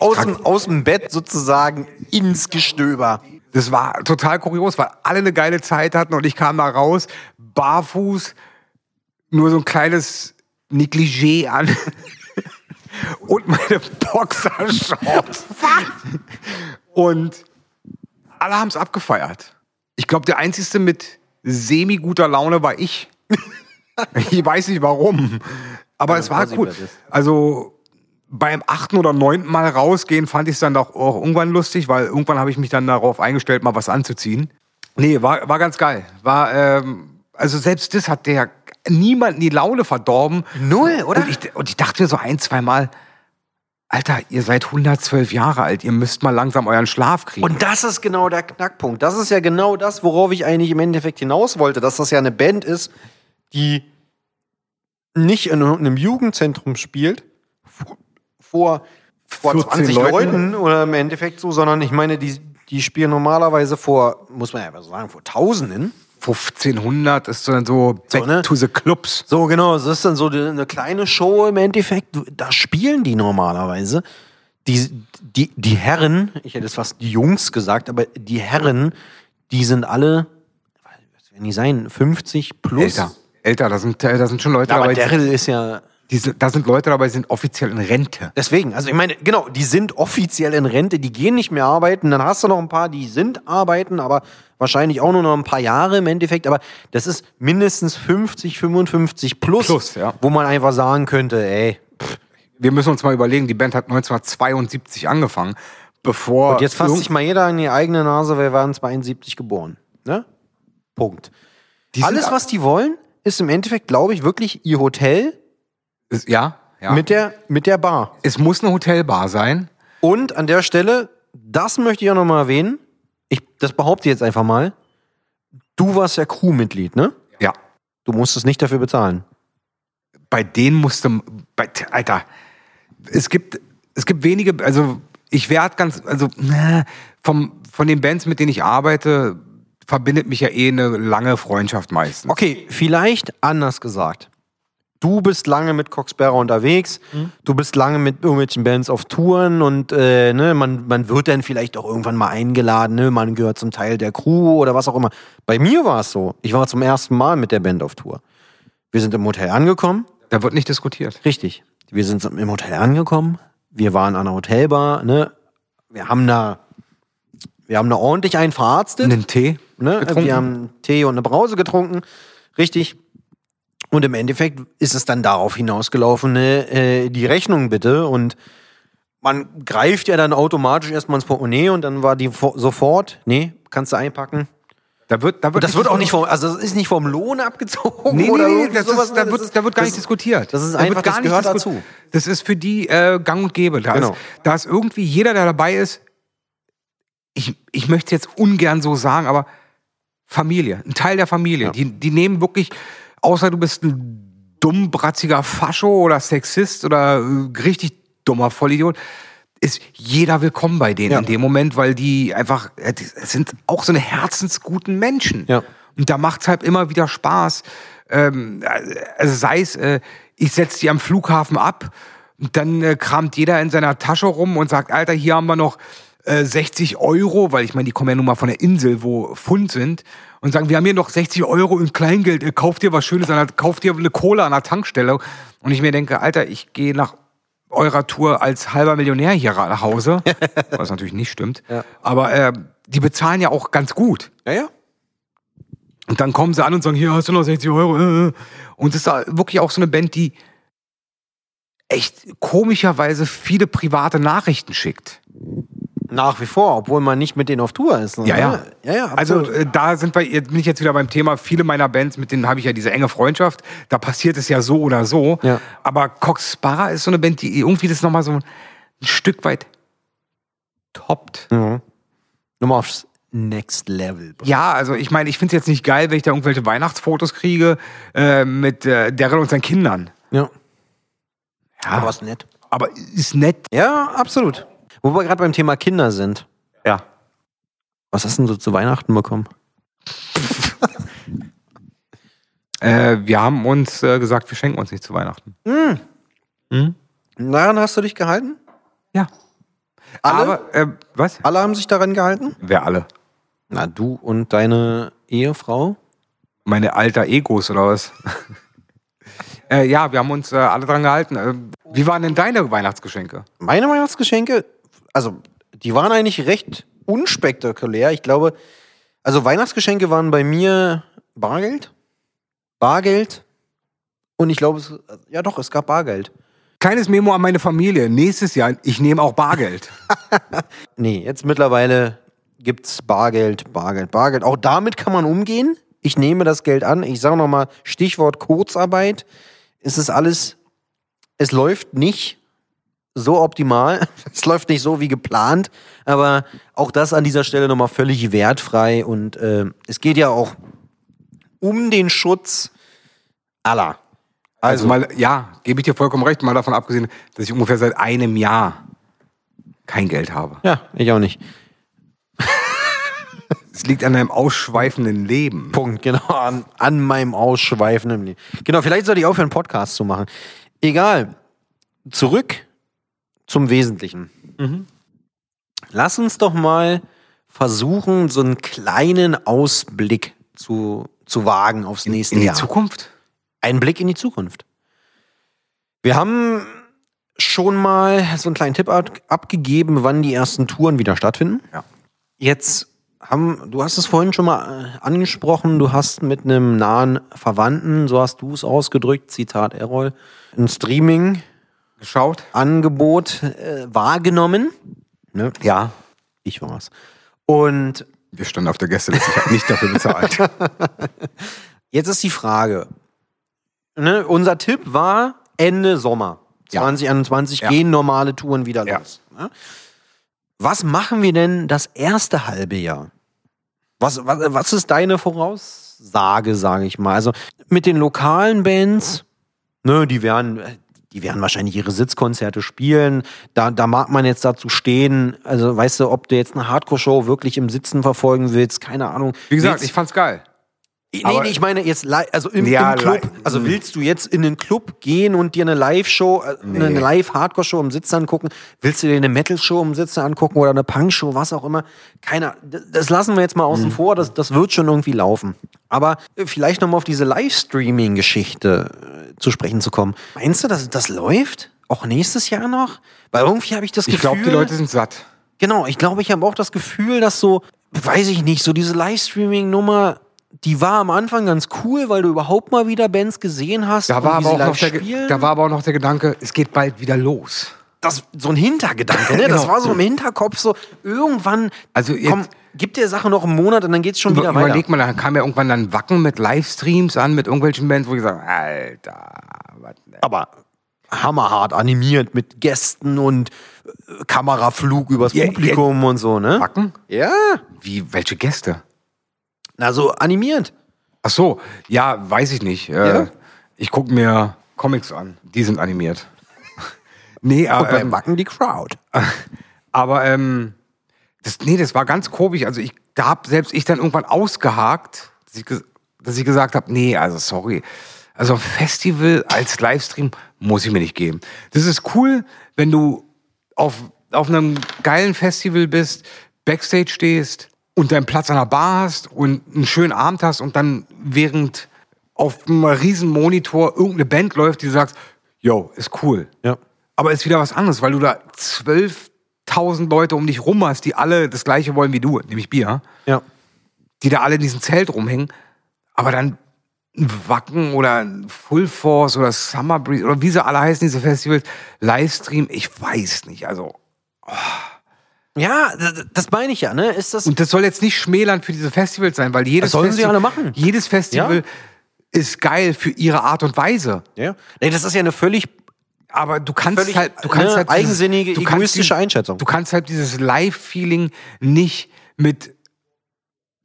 Aus Trag- dem, aus dem Bett sozusagen ins Gestöber. das war total kurios, weil alle eine geile Zeit hatten und ich kam da raus, barfuß, nur so ein kleines Negligé an. und meine Boxershorts. und alle haben es abgefeiert. Ich glaube, der Einzige mit semi-guter Laune war ich. ich weiß nicht warum. Aber es war weiß ich, cool. wer das ist. Also beim achten oder neunten Mal rausgehen, fand ich es dann doch auch irgendwann lustig, weil irgendwann habe ich mich dann darauf eingestellt, mal was anzuziehen. Nee, war, war ganz geil. War, ähm, also selbst das hat der niemanden die Laune verdorben. Null, oder? Und ich, und ich dachte mir so ein, zweimal, Alter, ihr seid 112 Jahre alt, ihr müsst mal langsam euren Schlaf kriegen. Und das ist genau der Knackpunkt. Das ist ja genau das, worauf ich eigentlich im Endeffekt hinaus wollte, dass das ja eine Band ist, die nicht in einem Jugendzentrum spielt, vor, vor 14 20 Leuten. Leuten. oder im Endeffekt so, sondern ich meine, die, die spielen normalerweise vor, muss man ja so sagen, vor Tausenden. 1500 ist dann so back So, ne? to the clubs. So, genau, es ist dann so die- eine kleine Show im Endeffekt. Da spielen die normalerweise. Die, die, die Herren, ich hätte es fast die Jungs gesagt, aber die Herren, die sind alle, was werden die sein, 50 plus. Älter. Älter, da sind, äh, da sind schon Leute Aber dabei, Daryl ist ja. die, sind- da sind Leute dabei, die sind offiziell in Rente. Deswegen, also ich meine, genau, die sind offiziell in Rente, die gehen nicht mehr arbeiten. Dann hast du noch ein paar, die sind arbeiten, aber wahrscheinlich auch nur noch ein paar Jahre im Endeffekt. Aber das ist mindestens 50, 55 plus, Plus, ja. wo man einfach sagen könnte, ey, wir müssen uns mal überlegen, die Band hat 1972 angefangen, bevor. Und jetzt fasst irgend- sich mal jeder an die eigene Nase, wir waren 72 geboren. Ne? Punkt. die sind Alles, ab- was die wollen, ist im Endeffekt, glaube ich, wirklich ihr Hotel Ist, ja, ja. mit, der, mit der Bar. es muss eine Hotelbar sein. Und an der Stelle, das möchte ich auch nochmal erwähnen, ich, das behaupte ich jetzt einfach mal, du warst ja Crewmitglied, ne? Ja. Du musstest nicht dafür bezahlen. Bei denen musste. Bei, Alter, es gibt, es gibt wenige. Also, ich werde ganz. Also, ne, vom, von den Bands, mit denen ich arbeite, verbindet mich ja eh eine lange Freundschaft meistens. Okay, vielleicht anders gesagt. Du bist lange mit Coxberger unterwegs, du bist lange mit irgendwelchen Bands auf Touren und äh, ne, man, man wird dann vielleicht auch irgendwann mal eingeladen, ne, man gehört zum Teil der Crew oder was auch immer. Bei mir war es so, ich war zum ersten Mal mit der Band auf Tour. Wir sind im Hotel angekommen, Da wird nicht diskutiert. richtig. Wir sind im Hotel angekommen. Wir waren an der Hotelbar. Ne? Wir haben da, wir haben da ordentlich einen verarztet. Einen Tee? Ne? getrunken. Wir haben Tee und eine Brause getrunken. Richtig. Und im Endeffekt ist es dann darauf hinausgelaufen, ne, äh, die Rechnung bitte. Und man greift ja dann automatisch erstmal ins Portemonnaie und dann war die fo- sofort, nee, kannst du einpacken. Da wird, da wird Und das wird auch nicht vom, also das ist nicht vom Lohn abgezogen. Nee, oder nee, nee, irgendwie das sowas, ist, ne? da, Das wird, ist- da wird gar das- nicht diskutiert. das ist Da einfach, wird das gehört disku- dazu. Das ist für die äh, gang und gäbe. Da, Genau. ist, da ist irgendwie jeder, der dabei ist, ich, ich möchte es jetzt ungern so sagen, aber Familie, ein Teil der Familie. Die, die nehmen wirklich, außer du bist ein dummbratziger Fascho oder Sexist oder äh, richtig dummer Vollidiot, ist jeder willkommen bei denen Ja. in dem Moment, weil die einfach, äh, die es sind auch so eine herzensguten Menschen. Ja. Und da macht es halt immer wieder Spaß. Ähm, also sei es, äh, ich setze die am Flughafen ab und dann äh, kramt jeder in seiner Tasche rum und sagt, Alter, hier haben wir noch äh, 60 Euro, weil ich meine, die kommen ja nun mal von der Insel, wo Pfund sind, und sagen, wir haben hier noch 60 Euro in Kleingeld, äh, kauft dir was Schönes, an der, kauft dir eine Cola an der Tankstelle. Und ich mir denke, Alter, ich gehe nach eurer Tour als halber Millionär hier nach Hause, was natürlich nicht stimmt, aber äh, die bezahlen ja auch ganz gut. Ja, ja. Und dann kommen sie an und sagen, hier hast du noch 60 Euro. äh. Und es ist da wirklich auch so eine Band, die echt komischerweise viele private Nachrichten schickt. Nach wie vor, obwohl man nicht mit denen auf Tour ist. ne? Ja, ja. ja, ja Also absolut. äh, da sind wir, jetzt bin ich jetzt wieder beim Thema, viele meiner Bands, mit denen habe ich ja diese enge Freundschaft, da passiert es ja so oder so. Ja. Aber Cox Sparra ist so eine Band, die irgendwie das nochmal so ein Stück weit toppt. Mhm. Nochmal aufs Next Level. äh, Ja, also ich meine, ich finde es jetzt nicht geil, wenn ich da irgendwelche Weihnachtsfotos kriege äh, mit äh, Daryl und seinen Kindern. Ja. Ja, Aber ist nett. aber ist nett. Ja, absolut. Wo wir gerade beim Thema Kinder sind. Ja. Was hast denn du zu Weihnachten bekommen? Äh, wir haben uns äh, gesagt, wir schenken uns nicht zu Weihnachten. Hm. Hm? Daran hast du dich gehalten? Ja. Alle? Aber, äh, was? Alle haben sich daran gehalten? Wer alle? Na, du und deine Ehefrau? Meine alter Egos oder was? äh, ja, wir haben uns äh, alle dran gehalten. Äh, wie waren denn deine Weihnachtsgeschenke? Meine Weihnachtsgeschenke, also, die waren eigentlich recht unspektakulär. Ich glaube, also Weihnachtsgeschenke waren bei mir Bargeld. Bargeld. Und ich glaube, es, ja doch, es gab Bargeld. Kleines Memo an meine Familie. Nächstes Jahr, ich nehme auch Bargeld. Nee, jetzt mittlerweile gibt's Bargeld, Bargeld, Bargeld. Auch damit kann man umgehen. Ich nehme das Geld an. Ich sage nochmal, Stichwort Kurzarbeit. Es ist alles, es läuft nicht so optimal. Es läuft nicht so wie geplant. Aber auch das an dieser Stelle nochmal völlig wertfrei. Und äh, es geht ja auch um den Schutz aller. Also, mal, ja, gebe ich dir vollkommen recht, mal davon abgesehen, dass ich ungefähr seit einem Jahr kein Geld habe. Ja, ich auch nicht. Es liegt an einem ausschweifenden Leben. Punkt, genau. An, an meinem ausschweifenden Leben. Genau, vielleicht sollte ich aufhören, Podcasts zu machen. Egal. Zurück zum Wesentlichen. Lass uns doch mal versuchen, so einen kleinen Ausblick zu, zu wagen aufs nächste In die Jahr. Zukunft? Ein Blick in die Zukunft. Wir haben schon mal so einen kleinen Tipp ab abgegeben, wann die ersten Touren wieder stattfinden. Ja. Jetzt haben, du hast es vorhin schon mal äh, angesprochen, du hast mit einem nahen Verwandten, so hast du es ausgedrückt, Zitat Errol, ein Streaming-Angebot Geschaut? äh, wahrgenommen. Ne? Ja, ich war's. Und Wir standen auf der Gästeliste. Ich habe nicht dafür bezahlt. Jetzt ist die Frage. Ne, unser Tipp war Ende Sommer Ja. 2021 Ja. gehen normale Touren wieder Ja. los. Ne? Was machen wir denn das erste halbe Jahr? Was, was, was ist deine Voraussage, sage ich mal? Also mit den lokalen Bands, ne, die werden, die werden wahrscheinlich ihre Sitzkonzerte spielen. Da, da mag man jetzt dazu stehen. Also weißt du, ob du jetzt eine Hardcore-Show wirklich im Sitzen verfolgen willst, keine Ahnung. Wie gesagt, Willst- ich fand's geil. Nee, Aber- nee, ich meine jetzt, li- also im, Ja, im Club. li- hm. Also willst du jetzt in den Club gehen und dir eine Live-Show, äh, eine Live-Hardcore-Show im Sitz angucken? Willst du dir eine Metal-Show im Sitz angucken oder eine Punk-Show, was auch immer? Keiner, d- das lassen wir jetzt mal Hm. außen vor, das, das wird schon irgendwie laufen. Aber äh, vielleicht nochmal auf diese Livestreaming-Geschichte äh, zu sprechen zu kommen. Meinst du, dass das läuft? auch nächstes Jahr noch? Weil irgendwie habe ich das Ich Gefühl. glaube, die Leute sind satt. Genau, ich glaube, ich habe auch das Gefühl, dass so, weiß ich nicht, so diese Livestreaming-Nummer, die war am Anfang ganz cool, weil du überhaupt mal wieder Bands gesehen hast. Da und war, wie aber sie auch live noch der, Ge- spielen. da war aber auch noch der Gedanke, es geht bald wieder los. das, so ein Hintergedanke, ne? Das Genau. war so im Hinterkopf, so irgendwann, Also jetzt- komm, gib der Sache noch einen Monat und dann geht's schon Über, wieder weiter. überleg mal, dann kam ja irgendwann dann Wacken mit Livestreams an, mit irgendwelchen Bands, wo ich sage, Alter, was denn? Aber hammerhart animiert mit Gästen und äh, Kameraflug übers Ja, ja. Publikum und so, ne? Wacken? Ja. Wie, welche Gäste? Na, so animiert. Ach so, ja, weiß ich nicht. Äh, Ja? Ich gucke mir Comics an, die sind animiert. nee, aber, ähm, Wacken die Crowd. aber ähm, das, nee, das war ganz komisch. Also ich, da habe selbst ich dann irgendwann ausgehakt, dass ich, ges- dass ich gesagt habe, nee, also sorry. Also ein Festival als Livestream muss ich mir nicht geben. Das ist cool, wenn du auf, auf einem geilen Festival bist, Backstage stehst und deinen Platz an der Bar hast und einen schönen Abend hast und dann während auf einem riesen Monitor irgendeine Band läuft, die sagt, yo, ist cool. Ja. Aber ist wieder was anderes, weil du da 12.000 Leute um dich rum hast, die alle das Gleiche wollen wie du, nämlich Bier, Ja. die da alle in diesem Zelt rumhängen. Aber dann ein Wacken oder ein Full Force oder Summer Breeze oder wie sie alle heißen, diese Festivals, Livestream, ich weiß nicht. Also, Ja, d- d- das meine ich ja, ne? Ist das. und das soll jetzt nicht schmälernd für diese Festivals sein, weil jedes Das sollen sie Festi- alle machen. Jedes Festival Ja. ist geil für ihre Art und Weise. Ja. Nee, das ist ja eine völlig Aber du kannst Völlig, halt, du kannst ne, halt eigensinnige, egoistische kannst, die- Einschätzung. Du kannst halt dieses Live-Feeling nicht mit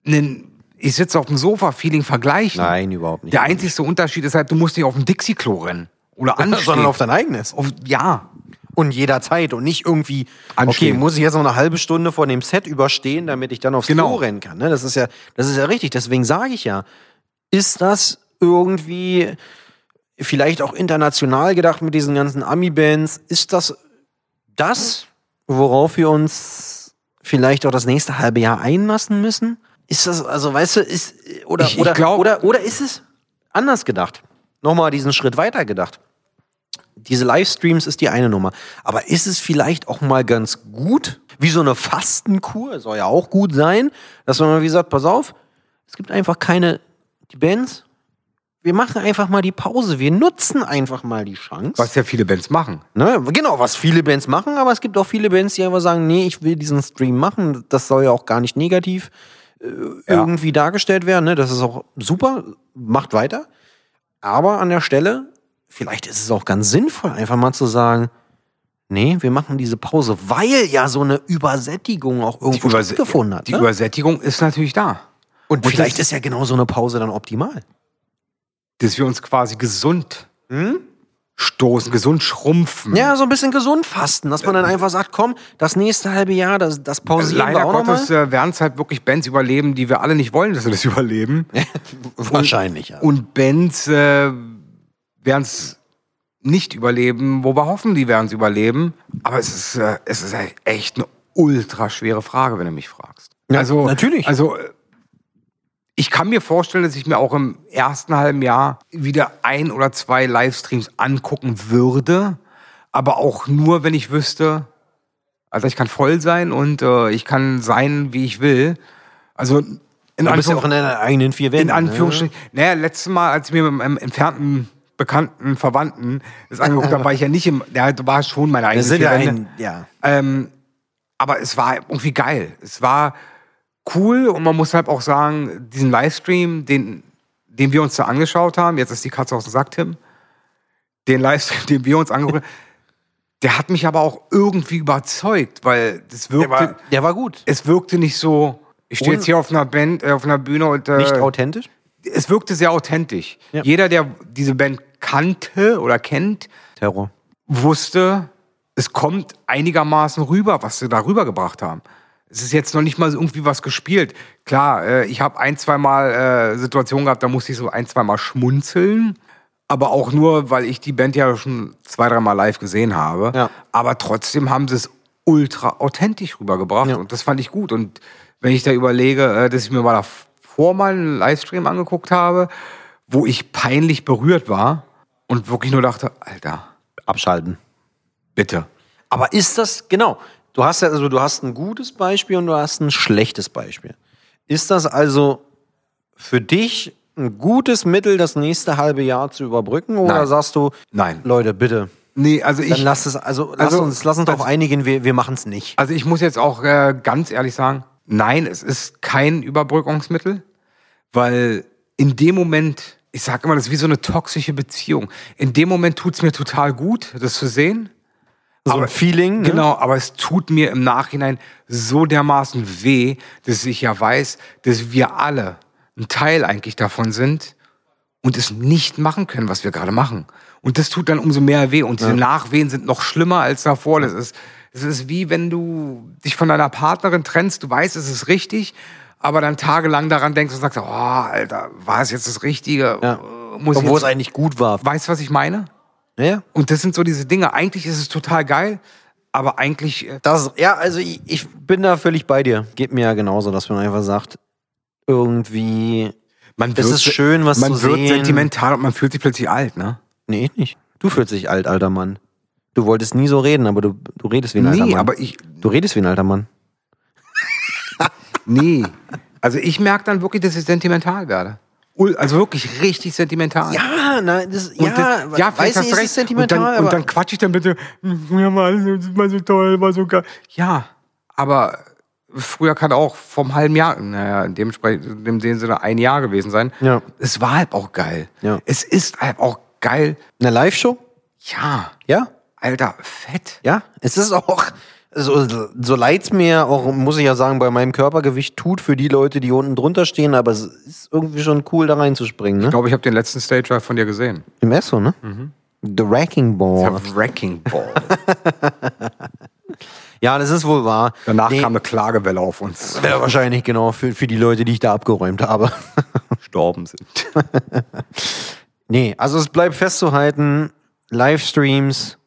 einem ich sitze auf dem Sofa-Feeling vergleichen. Nein, überhaupt nicht. Der einzigste Unterschied ist halt, du musst nicht auf dem Dixie-Klo rennen oder anstehen. sondern auf dein eigenes. auf, ja, Und jederzeit und nicht irgendwie, Anstehen. okay, muss ich jetzt noch eine halbe Stunde vor dem Set überstehen, damit ich dann aufs Genau. Klo rennen kann. Ne? Das ist ja, das ist ja richtig. Deswegen sage ich ja, ist das irgendwie vielleicht auch international gedacht mit diesen ganzen Ami-Bands, ist das das, worauf wir uns vielleicht auch das nächste halbe Jahr einlassen müssen? Ist das, also weißt du, ist, oder, Ich- ich oder, glaub- oder, oder ist es anders gedacht? Nochmal diesen Schritt weiter gedacht. Diese Livestreams ist die eine Nummer. Aber ist es vielleicht auch mal ganz gut, wie so eine Fastenkur, soll ja auch gut sein, dass man mal wie sagt, pass auf, es gibt einfach keine, die Bands, wir machen einfach mal die Pause, wir nutzen einfach mal die Chance. was ja viele Bands machen. Ne? Genau, was viele Bands machen, aber es gibt auch viele Bands, die einfach sagen, nee, ich will diesen Stream machen. Das soll ja auch gar nicht negativ äh, Ja. irgendwie dargestellt werden. Ne? Das ist auch super, macht weiter. Aber an der Stelle, vielleicht ist es auch ganz sinnvoll, einfach mal zu sagen, nee, wir machen diese Pause, weil ja so eine Übersättigung auch irgendwo Übers- stattgefunden hat. die Ne? Übersättigung ist natürlich da. Und und vielleicht das- ist ja genau so eine Pause dann optimal. Dass wir uns quasi gesund stoßen, gesund schrumpfen. Hm? Ja, so ein bisschen gesund fasten, dass man dann einfach sagt, komm, das nächste halbe Jahr, das, das pausieren Also Leider wir auch nochmal. Gottes äh, werden es halt wirklich Bands überleben, die wir alle nicht wollen, dass sie das überleben. Wahrscheinlich, ja. Und Bands äh, werden es nicht überleben, wo wir hoffen, die werden es überleben. Aber es ist, äh, es ist e- echt eine ultra schwere Frage, wenn du mich fragst. Ja, natürlich. Also äh, ich kann mir vorstellen, dass ich mir auch im ersten halben Jahr wieder ein oder zwei Livestreams angucken würde, aber auch nur, wenn ich wüsste, also ich kann voll sein und äh, ich kann sein, wie ich will. Also in Du bist ja Anführungs- auch in deiner eigenen vier Wänden. ne? in Anführungsstrichen. Naja, letztes Mal, als ich mir mit einem entfernten bekannten Verwandten das angeguckt habe, war ich ja nicht im. Ja, da war schon meine eigene Wir sind ja vier Wände. ein, ja. Ähm, aber es war irgendwie geil. Es war cool und man muss halt auch sagen, diesen Livestream, den, den wir uns da angeschaut haben, jetzt ist die Katze aus dem Sack, Tim, den Livestream, den wir uns angeguckt haben, der hat mich aber auch irgendwie überzeugt, weil das wirkte, der war gut. es wirkte nicht so, ich stehe Un- jetzt hier auf einer Band, äh, auf einer Bühne und äh, Nicht authentisch? es wirkte sehr authentisch. Ja. Jeder, der diese Band kannte oder kennt, Terror. wusste, es kommt einigermaßen rüber, was sie da rübergebracht haben. Es ist jetzt noch nicht mal so irgendwie was gespielt. Klar, äh, ich habe ein, zweimal äh, Situationen gehabt, da musste ich so ein, zweimal schmunzeln. Aber auch nur, weil ich die Band ja schon zwei, dreimal live gesehen habe. Ja. Aber trotzdem haben sie es ultra authentisch rübergebracht. Ja. Und das fand ich gut. Und wenn ich da überlege, äh, dass ich mir mal davor mal einen Livestream angeguckt habe, wo ich peinlich berührt war und wirklich nur dachte, Alter, Abschalten. Bitte. Aber ist das, genau, du hast ja, also du hast ein gutes Beispiel und du hast ein schlechtes Beispiel. Ist das also für dich ein gutes Mittel, das nächste halbe Jahr zu überbrücken? Oder Nein. sagst du, Nein. Leute, bitte, Nee, also dann ich, lass es, also, lass also- uns, lass uns darauf einigen, wir, wir machen es nicht. Also ich muss jetzt auch äh, ganz ehrlich sagen, nein, es ist kein Überbrückungsmittel, weil in dem Moment, ich sage immer, das ist wie so eine toxische Beziehung. In dem Moment tut es mir total gut, das zu sehen. So ein Feeling, ne? Genau, aber es tut mir im Nachhinein so dermaßen weh, dass ich ja weiß, dass wir alle ein Teil eigentlich davon sind und es nicht machen können, was wir gerade machen. Und das tut dann umso mehr weh. Und diese Nachwehen sind noch schlimmer als davor. Das ist, es ist wie wenn du dich von deiner Partnerin trennst, du weißt, es ist richtig, aber dann tagelang daran denkst und sagst, oh, Alter, war es jetzt das Richtige? Ja. Muss ich Obwohl es jetzt, eigentlich gut war. weißt du, was ich meine? Ja. Und das sind so diese Dinge. Eigentlich ist es total geil, aber eigentlich äh, Das, ja, also ich, ich bin da völlig bei dir. Geht mir ja genauso, dass man einfach sagt, irgendwie, man es ist schön, was man zu wird sehen. sentimental und man fühlt sich plötzlich alt, ne? Nee, ich nicht. Du fühlst dich alt, alter Mann. Du wolltest nie so reden, aber du, du redest wie ein alter nee, Mann. aber ich du redest wie ein alter Mann. nee. Also ich merke dann wirklich, dass ich sentimental werde. Ul- Also wirklich richtig sentimental. Ja, na, das, Und das, ja, vielleicht hast du recht. und dann, und dann quatsch ich dann bitte, ja, Mann, das war so toll, war so geil. Ja, aber früher kann auch vom halben Jahr, naja, in dem, Spre- in dem Sinne ein Jahr gewesen sein. Ja. Es war halt auch geil. Ja. Es ist halt auch geil. eine Live-Show? Ja, Ja, Alter, fett. ja. Es ist auch, so, so leid's mir auch, muss ich ja sagen, bei meinem Körpergewicht tut für die Leute, die unten drunter stehen, aber es ist irgendwie schon cool, da reinzuspringen, Ich ne? glaube, ich habe den letzten Stage Dive von dir gesehen. Im Esso, ne? Mhm. The Wrecking Ball. Der Wrecking Ball. Ja, das ist wohl wahr. Danach Nee, kam eine Klagewelle auf uns. ja, wahrscheinlich genau für, für die Leute, die ich da abgeräumt habe. Gestorben sind. Nee, also es bleibt festzuhalten, Livestreams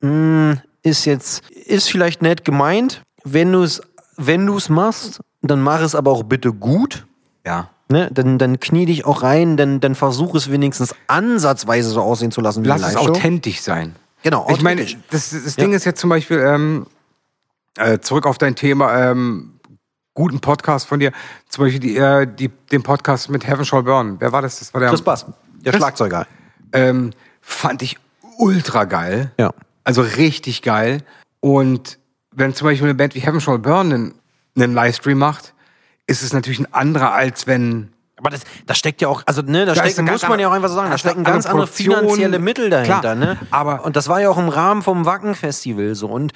mm, ist jetzt, ist vielleicht nett gemeint. Wenn du es wenn du's machst, dann mach es aber auch bitte gut. Ja. Ne? Dann, dann knie dich auch rein, dann, dann versuch es wenigstens ansatzweise so aussehen zu lassen wie Lass eine es Live-Show. authentisch sein. Genau, Ich meine, authentisch. das, das Ding ist jetzt zum Beispiel, ähm, äh, zurück auf dein Thema, ähm, guten Podcast von dir, zum Beispiel die, äh, die, den Podcast mit Heaven Shall Burn. Wer war das? Das war der, Chris Bass, der Chris- Schlagzeuger. ähm, fand ich ultra geil. Ja. Also richtig geil. Und wenn zum Beispiel eine Band wie Heaven Shall Burn einen, einen Livestream macht, ist es natürlich ein anderer, als wenn. Aber das, da steckt ja auch, also ne, da, Da ist stecken, eine muss ganz man ja auch andere- einfach so sagen, da ganz stecken andere ganz andere Produktion. finanzielle Mittel dahinter, Klar, ne? aber- und das war ja auch im Rahmen vom Wacken-Festival so und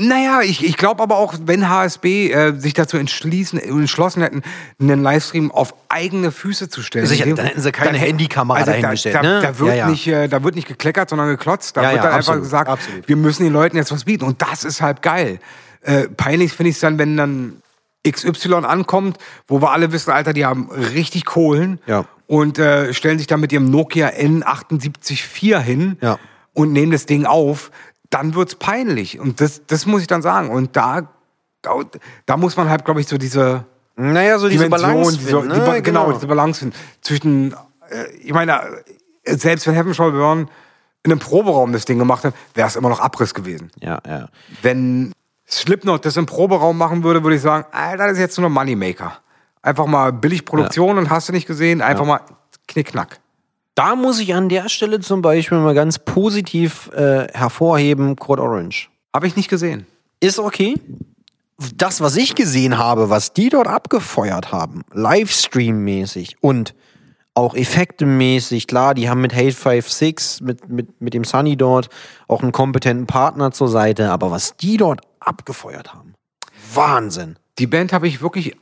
Naja, ich, ich glaube aber auch, wenn HSB äh, sich dazu entschließen, entschlossen hätten, einen Livestream auf eigene Füße zu stellen. Sicher, in dem- dann hätten sie keine Handykamera dahingestellt, Also Da, da, ne? da, wird Ja, ja. Nicht, äh, da wird nicht gekleckert, sondern geklotzt. Da Ja, wird ja, dann absolut, einfach gesagt, absolut. wir müssen den Leuten jetzt was bieten. Und das ist halt geil. Äh, peinlich finde ich es dann, wenn dann XY ankommt, wo wir alle wissen, Alter, die haben richtig Kohlen Ja. und äh, stellen sich dann mit ihrem Nokia N784 hin Ja. und nehmen das Ding auf, dann wird's peinlich. Und das, das muss ich dann sagen. Und da, da muss man halt, glaube ich, so diese Naja, so diese Balance. diese, finden, die, ne? Ba- genau, diese Balance finden. Zwischen, äh, ich meine, äh, selbst wenn Heaven Shall Burn in einem Proberaum das Ding gemacht hat, wäre es immer noch Abriss gewesen. Ja, ja. Wenn Slipknot das im Proberaum machen würde, würde ich sagen, Alter, das ist jetzt nur ein Moneymaker. Einfach mal billig Produktion und hast du nicht gesehen, einfach mal knickknack. Da muss ich an der Stelle zum Beispiel mal ganz positiv äh, hervorheben, Code Orange. Habe ich nicht gesehen. Ist okay. Das, was ich gesehen habe, was die dort abgefeuert haben, Livestream-mäßig und auch effektemäßig, klar, die haben mit Hate 56, mit, mit, mit dem Sunny dort auch einen kompetenten Partner zur Seite, aber was die dort abgefeuert haben, Wahnsinn. Die Band habe ich wirklich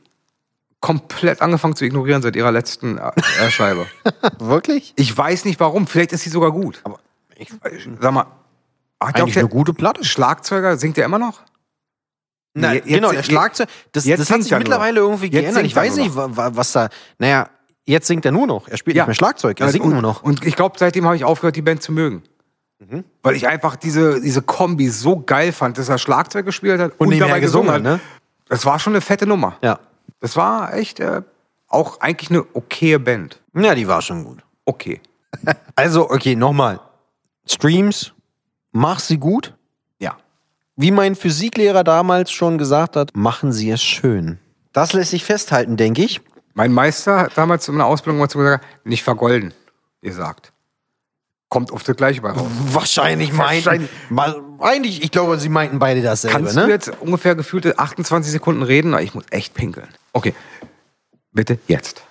komplett angefangen zu ignorieren seit ihrer letzten äh, äh, Scheibe. Wirklich? Ich weiß nicht warum, vielleicht ist sie sogar gut. Äh, Aber ich, Sag mal, hat der- eigentlich eine gute Platte. Schlagzeuger singt er immer noch? Na, jetzt- genau, der jetzt- Schlagzeug, das, jetzt das hat singt sich er nur mittlerweile noch. irgendwie Jetzt geändert. singt Ich er weiß nur nicht, wa- wa- was da. Naja, jetzt singt er nur noch. Er spielt nicht mehr Schlagzeug, er Ja, singt und, nur noch. Mhm. Und ich glaube, seitdem habe ich aufgehört, die Band zu mögen. Weil ich einfach diese, diese Kombi so geil fand, dass er Schlagzeug gespielt hat und, nebenher dabei gesungen hat. gesungen, ne? Das war schon eine fette Nummer. Ja. Das war echt äh, auch eigentlich eine okaye Band. Ja, die war schon gut. Okay. Also, okay, nochmal. Streams, mach sie gut. Ja. Wie mein Physiklehrer damals schon gesagt hat, machen Sie es schön. Das lässt sich festhalten, denke ich. Mein Meister hat damals in einer Ausbildung mal zu mir gesagt, nicht vergolden, ihr sagt. Kommt auf das gleiche bei raus. Wahrscheinlich meinten. Wahrscheinlich. Mal, eigentlich, ich glaube, sie meinten beide dasselbe, Kannst du ne? jetzt ungefähr gefühlte 28 Sekunden reden? Ich muss echt pinkeln. Okay. Bitte jetzt.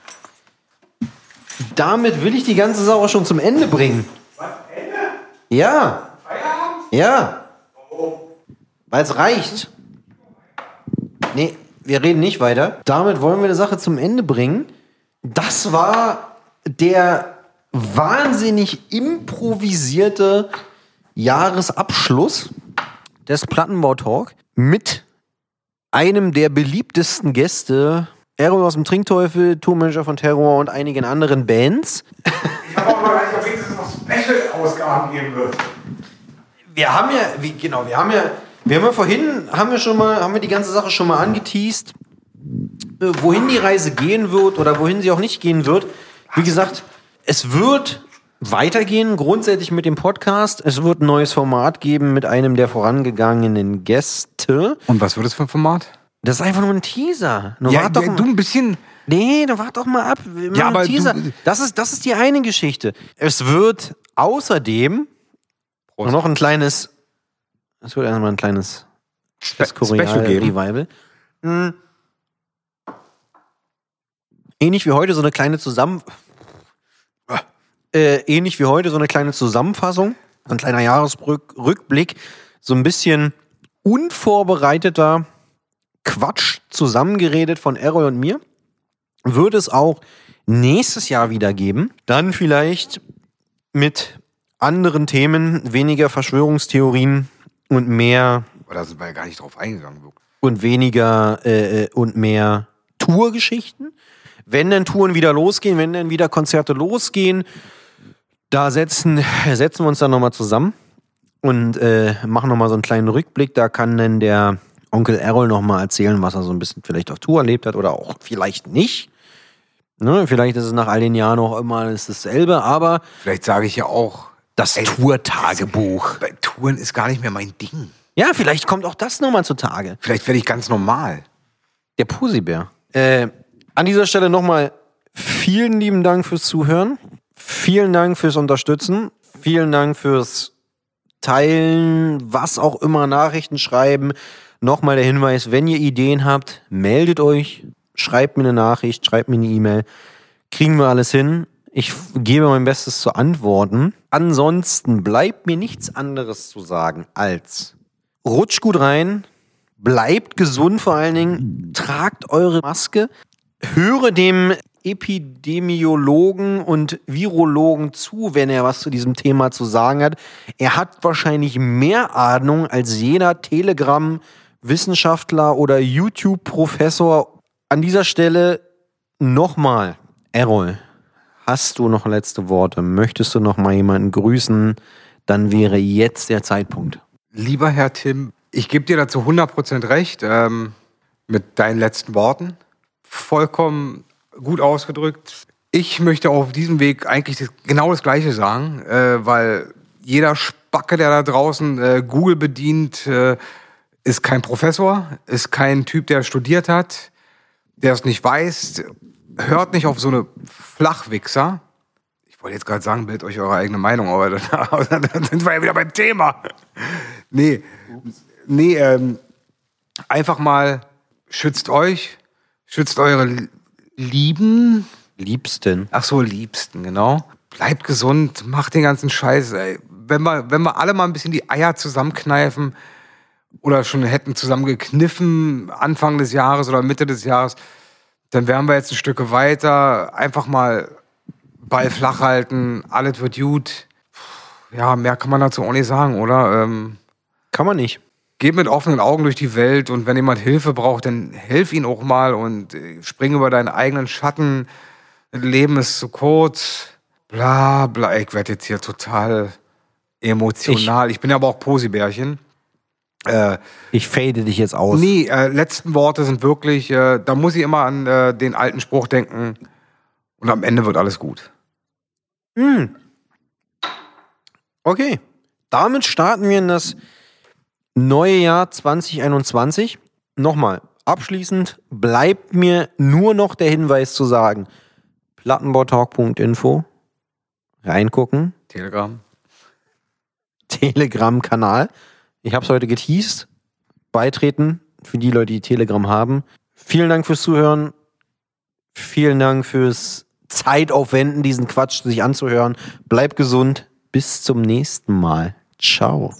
Damit will ich die ganze Sache schon zum Ende bringen. Was? Ende? Ja. Feierabend? Ja. Warum? Weil es reicht. Nee, wir reden nicht weiter. Damit wollen wir die Sache zum Ende bringen. Das war der wahnsinnig improvisierte Jahresabschluss des Plattenbau-Talk mit einem der beliebtesten Gäste, Errol aus dem Trinkteufel, Tourmanager von Terror und einigen anderen Bands. Ich habe auch mal gleich, ob wenigstens noch Special-Ausgaben geben wird. Wir haben ja, wie, genau, wir haben ja, wir haben ja vorhin, haben wir schon mal, haben wir die ganze Sache schon mal angeteased, äh, wohin die Reise gehen wird oder wohin sie auch nicht gehen wird. Wie gesagt, es wird weitergehen, grundsätzlich mit dem Podcast. Es wird ein neues Format geben mit einem der vorangegangenen Gäste. Und was wird es für ein Format? Das ist einfach nur ein Teaser. Nur Ja, wart doch du mal- ein bisschen. Nee, dann wart doch mal ab. Wir machen aber einen Teaser. du- das, ist, das ist die eine Geschichte. Es wird außerdem noch ein kleines. Es wird erstmal ein kleines Spe das Koreal Special geben. Revival. Hm. Ähnlich wie heute so eine kleine Zusammen. Äh, ähnlich wie heute so eine kleine Zusammenfassung, so ein kleiner Jahresrückblick, so ein bisschen unvorbereiteter Quatsch zusammengeredet von Errol und mir. Wird es auch nächstes Jahr wieder geben. Dann vielleicht mit anderen Themen, weniger Verschwörungstheorien und mehr Aber Da sind wir ja gar nicht drauf eingegangen. wirklich. und weniger äh, äh, und mehr Tourgeschichten. Wenn dann Touren wieder losgehen, wenn dann wieder Konzerte losgehen, da setzen, setzen wir uns dann nochmal zusammen und äh, machen nochmal so einen kleinen Rückblick. Da kann dann der Onkel Errol nochmal erzählen, was er so ein bisschen vielleicht auf Tour erlebt hat oder auch vielleicht nicht. Ne, vielleicht ist es nach all den Jahren auch immer ist dasselbe, aber Vielleicht sage ich ja auch, das Tour-Tagebuch. bei Touren ist gar nicht mehr mein Ding. Ja, vielleicht kommt auch das nochmal zutage. Vielleicht werde ich ganz normal. Der Pusibär. Äh, an dieser Stelle nochmal vielen lieben Dank fürs Zuhören. Vielen Dank fürs Unterstützen. Vielen Dank fürs Teilen, was auch immer, Nachrichten schreiben. Nochmal der Hinweis, wenn ihr Ideen habt, meldet euch, schreibt mir eine Nachricht, schreibt mir eine E-Mail. Kriegen wir alles hin. Ich f- gebe mein Bestes zu antworten. Ansonsten bleibt mir nichts anderes zu sagen als rutscht gut rein, bleibt gesund vor allen Dingen, tragt eure Maske, höre dem Epidemiologen und Virologen zu, wenn er was zu diesem Thema zu sagen hat. Er hat wahrscheinlich mehr Ahnung als jeder Telegram-Wissenschaftler oder YouTube-Professor. An dieser Stelle nochmal, Errol, hast du noch letzte Worte? Möchtest du noch mal jemanden grüßen? Dann wäre jetzt der Zeitpunkt. Lieber Herr Tim, ich gebe dir dazu 100% recht ähm, mit deinen letzten Worten. Vollkommen gut ausgedrückt. Ich möchte auf diesem Weg eigentlich das, genau das Gleiche sagen, äh, weil jeder Spacke, der da draußen äh, Google bedient, äh, ist kein Professor, ist kein Typ, der studiert hat, der es nicht weiß. Hört nicht auf so eine Flachwichser. Ich wollte jetzt gerade sagen, bildet euch eure eigene Meinung, aber dann, dann sind wir ja wieder beim Thema. Nee, nee ähm, einfach mal schützt euch, schützt eure L- Lieben. Liebsten. Ach so, Liebsten, genau. Bleibt gesund, macht den ganzen Scheiß, ey. Wenn wir, wenn wir alle mal ein bisschen die Eier zusammenkneifen oder schon hätten zusammengekniffen Anfang des Jahres oder Mitte des Jahres, dann wären wir jetzt ein Stück weiter. Einfach mal Ball flach halten, alles wird gut. Ja, mehr kann man dazu auch nicht sagen, oder? Ähm, Kann man nicht. geht mit offenen Augen durch die Welt und wenn jemand Hilfe braucht, dann hilf ihn auch mal und äh, spring über deinen eigenen Schatten. Das Leben ist zu kurz. Bla bla. Ich werde jetzt hier total emotional. Ich, bin aber auch Posibärchen. Äh, Ich fade dich jetzt aus. nee, äh, letzten Worte sind wirklich, äh, da muss ich immer an äh, den alten Spruch denken. Und am Ende wird alles gut. Hm. Okay. Damit starten wir in das neue Jahr 2021. Nochmal, abschließend bleibt mir nur noch der Hinweis zu sagen: plattenbautalk.info reingucken, Telegram. Telegram-Kanal. Ich habe es heute geteased. Beitreten für die Leute, die Telegram haben. Vielen Dank fürs Zuhören. Vielen Dank fürs Zeitaufwenden, diesen Quatsch sich anzuhören. Bleibt gesund. Bis zum nächsten Mal. Ciao.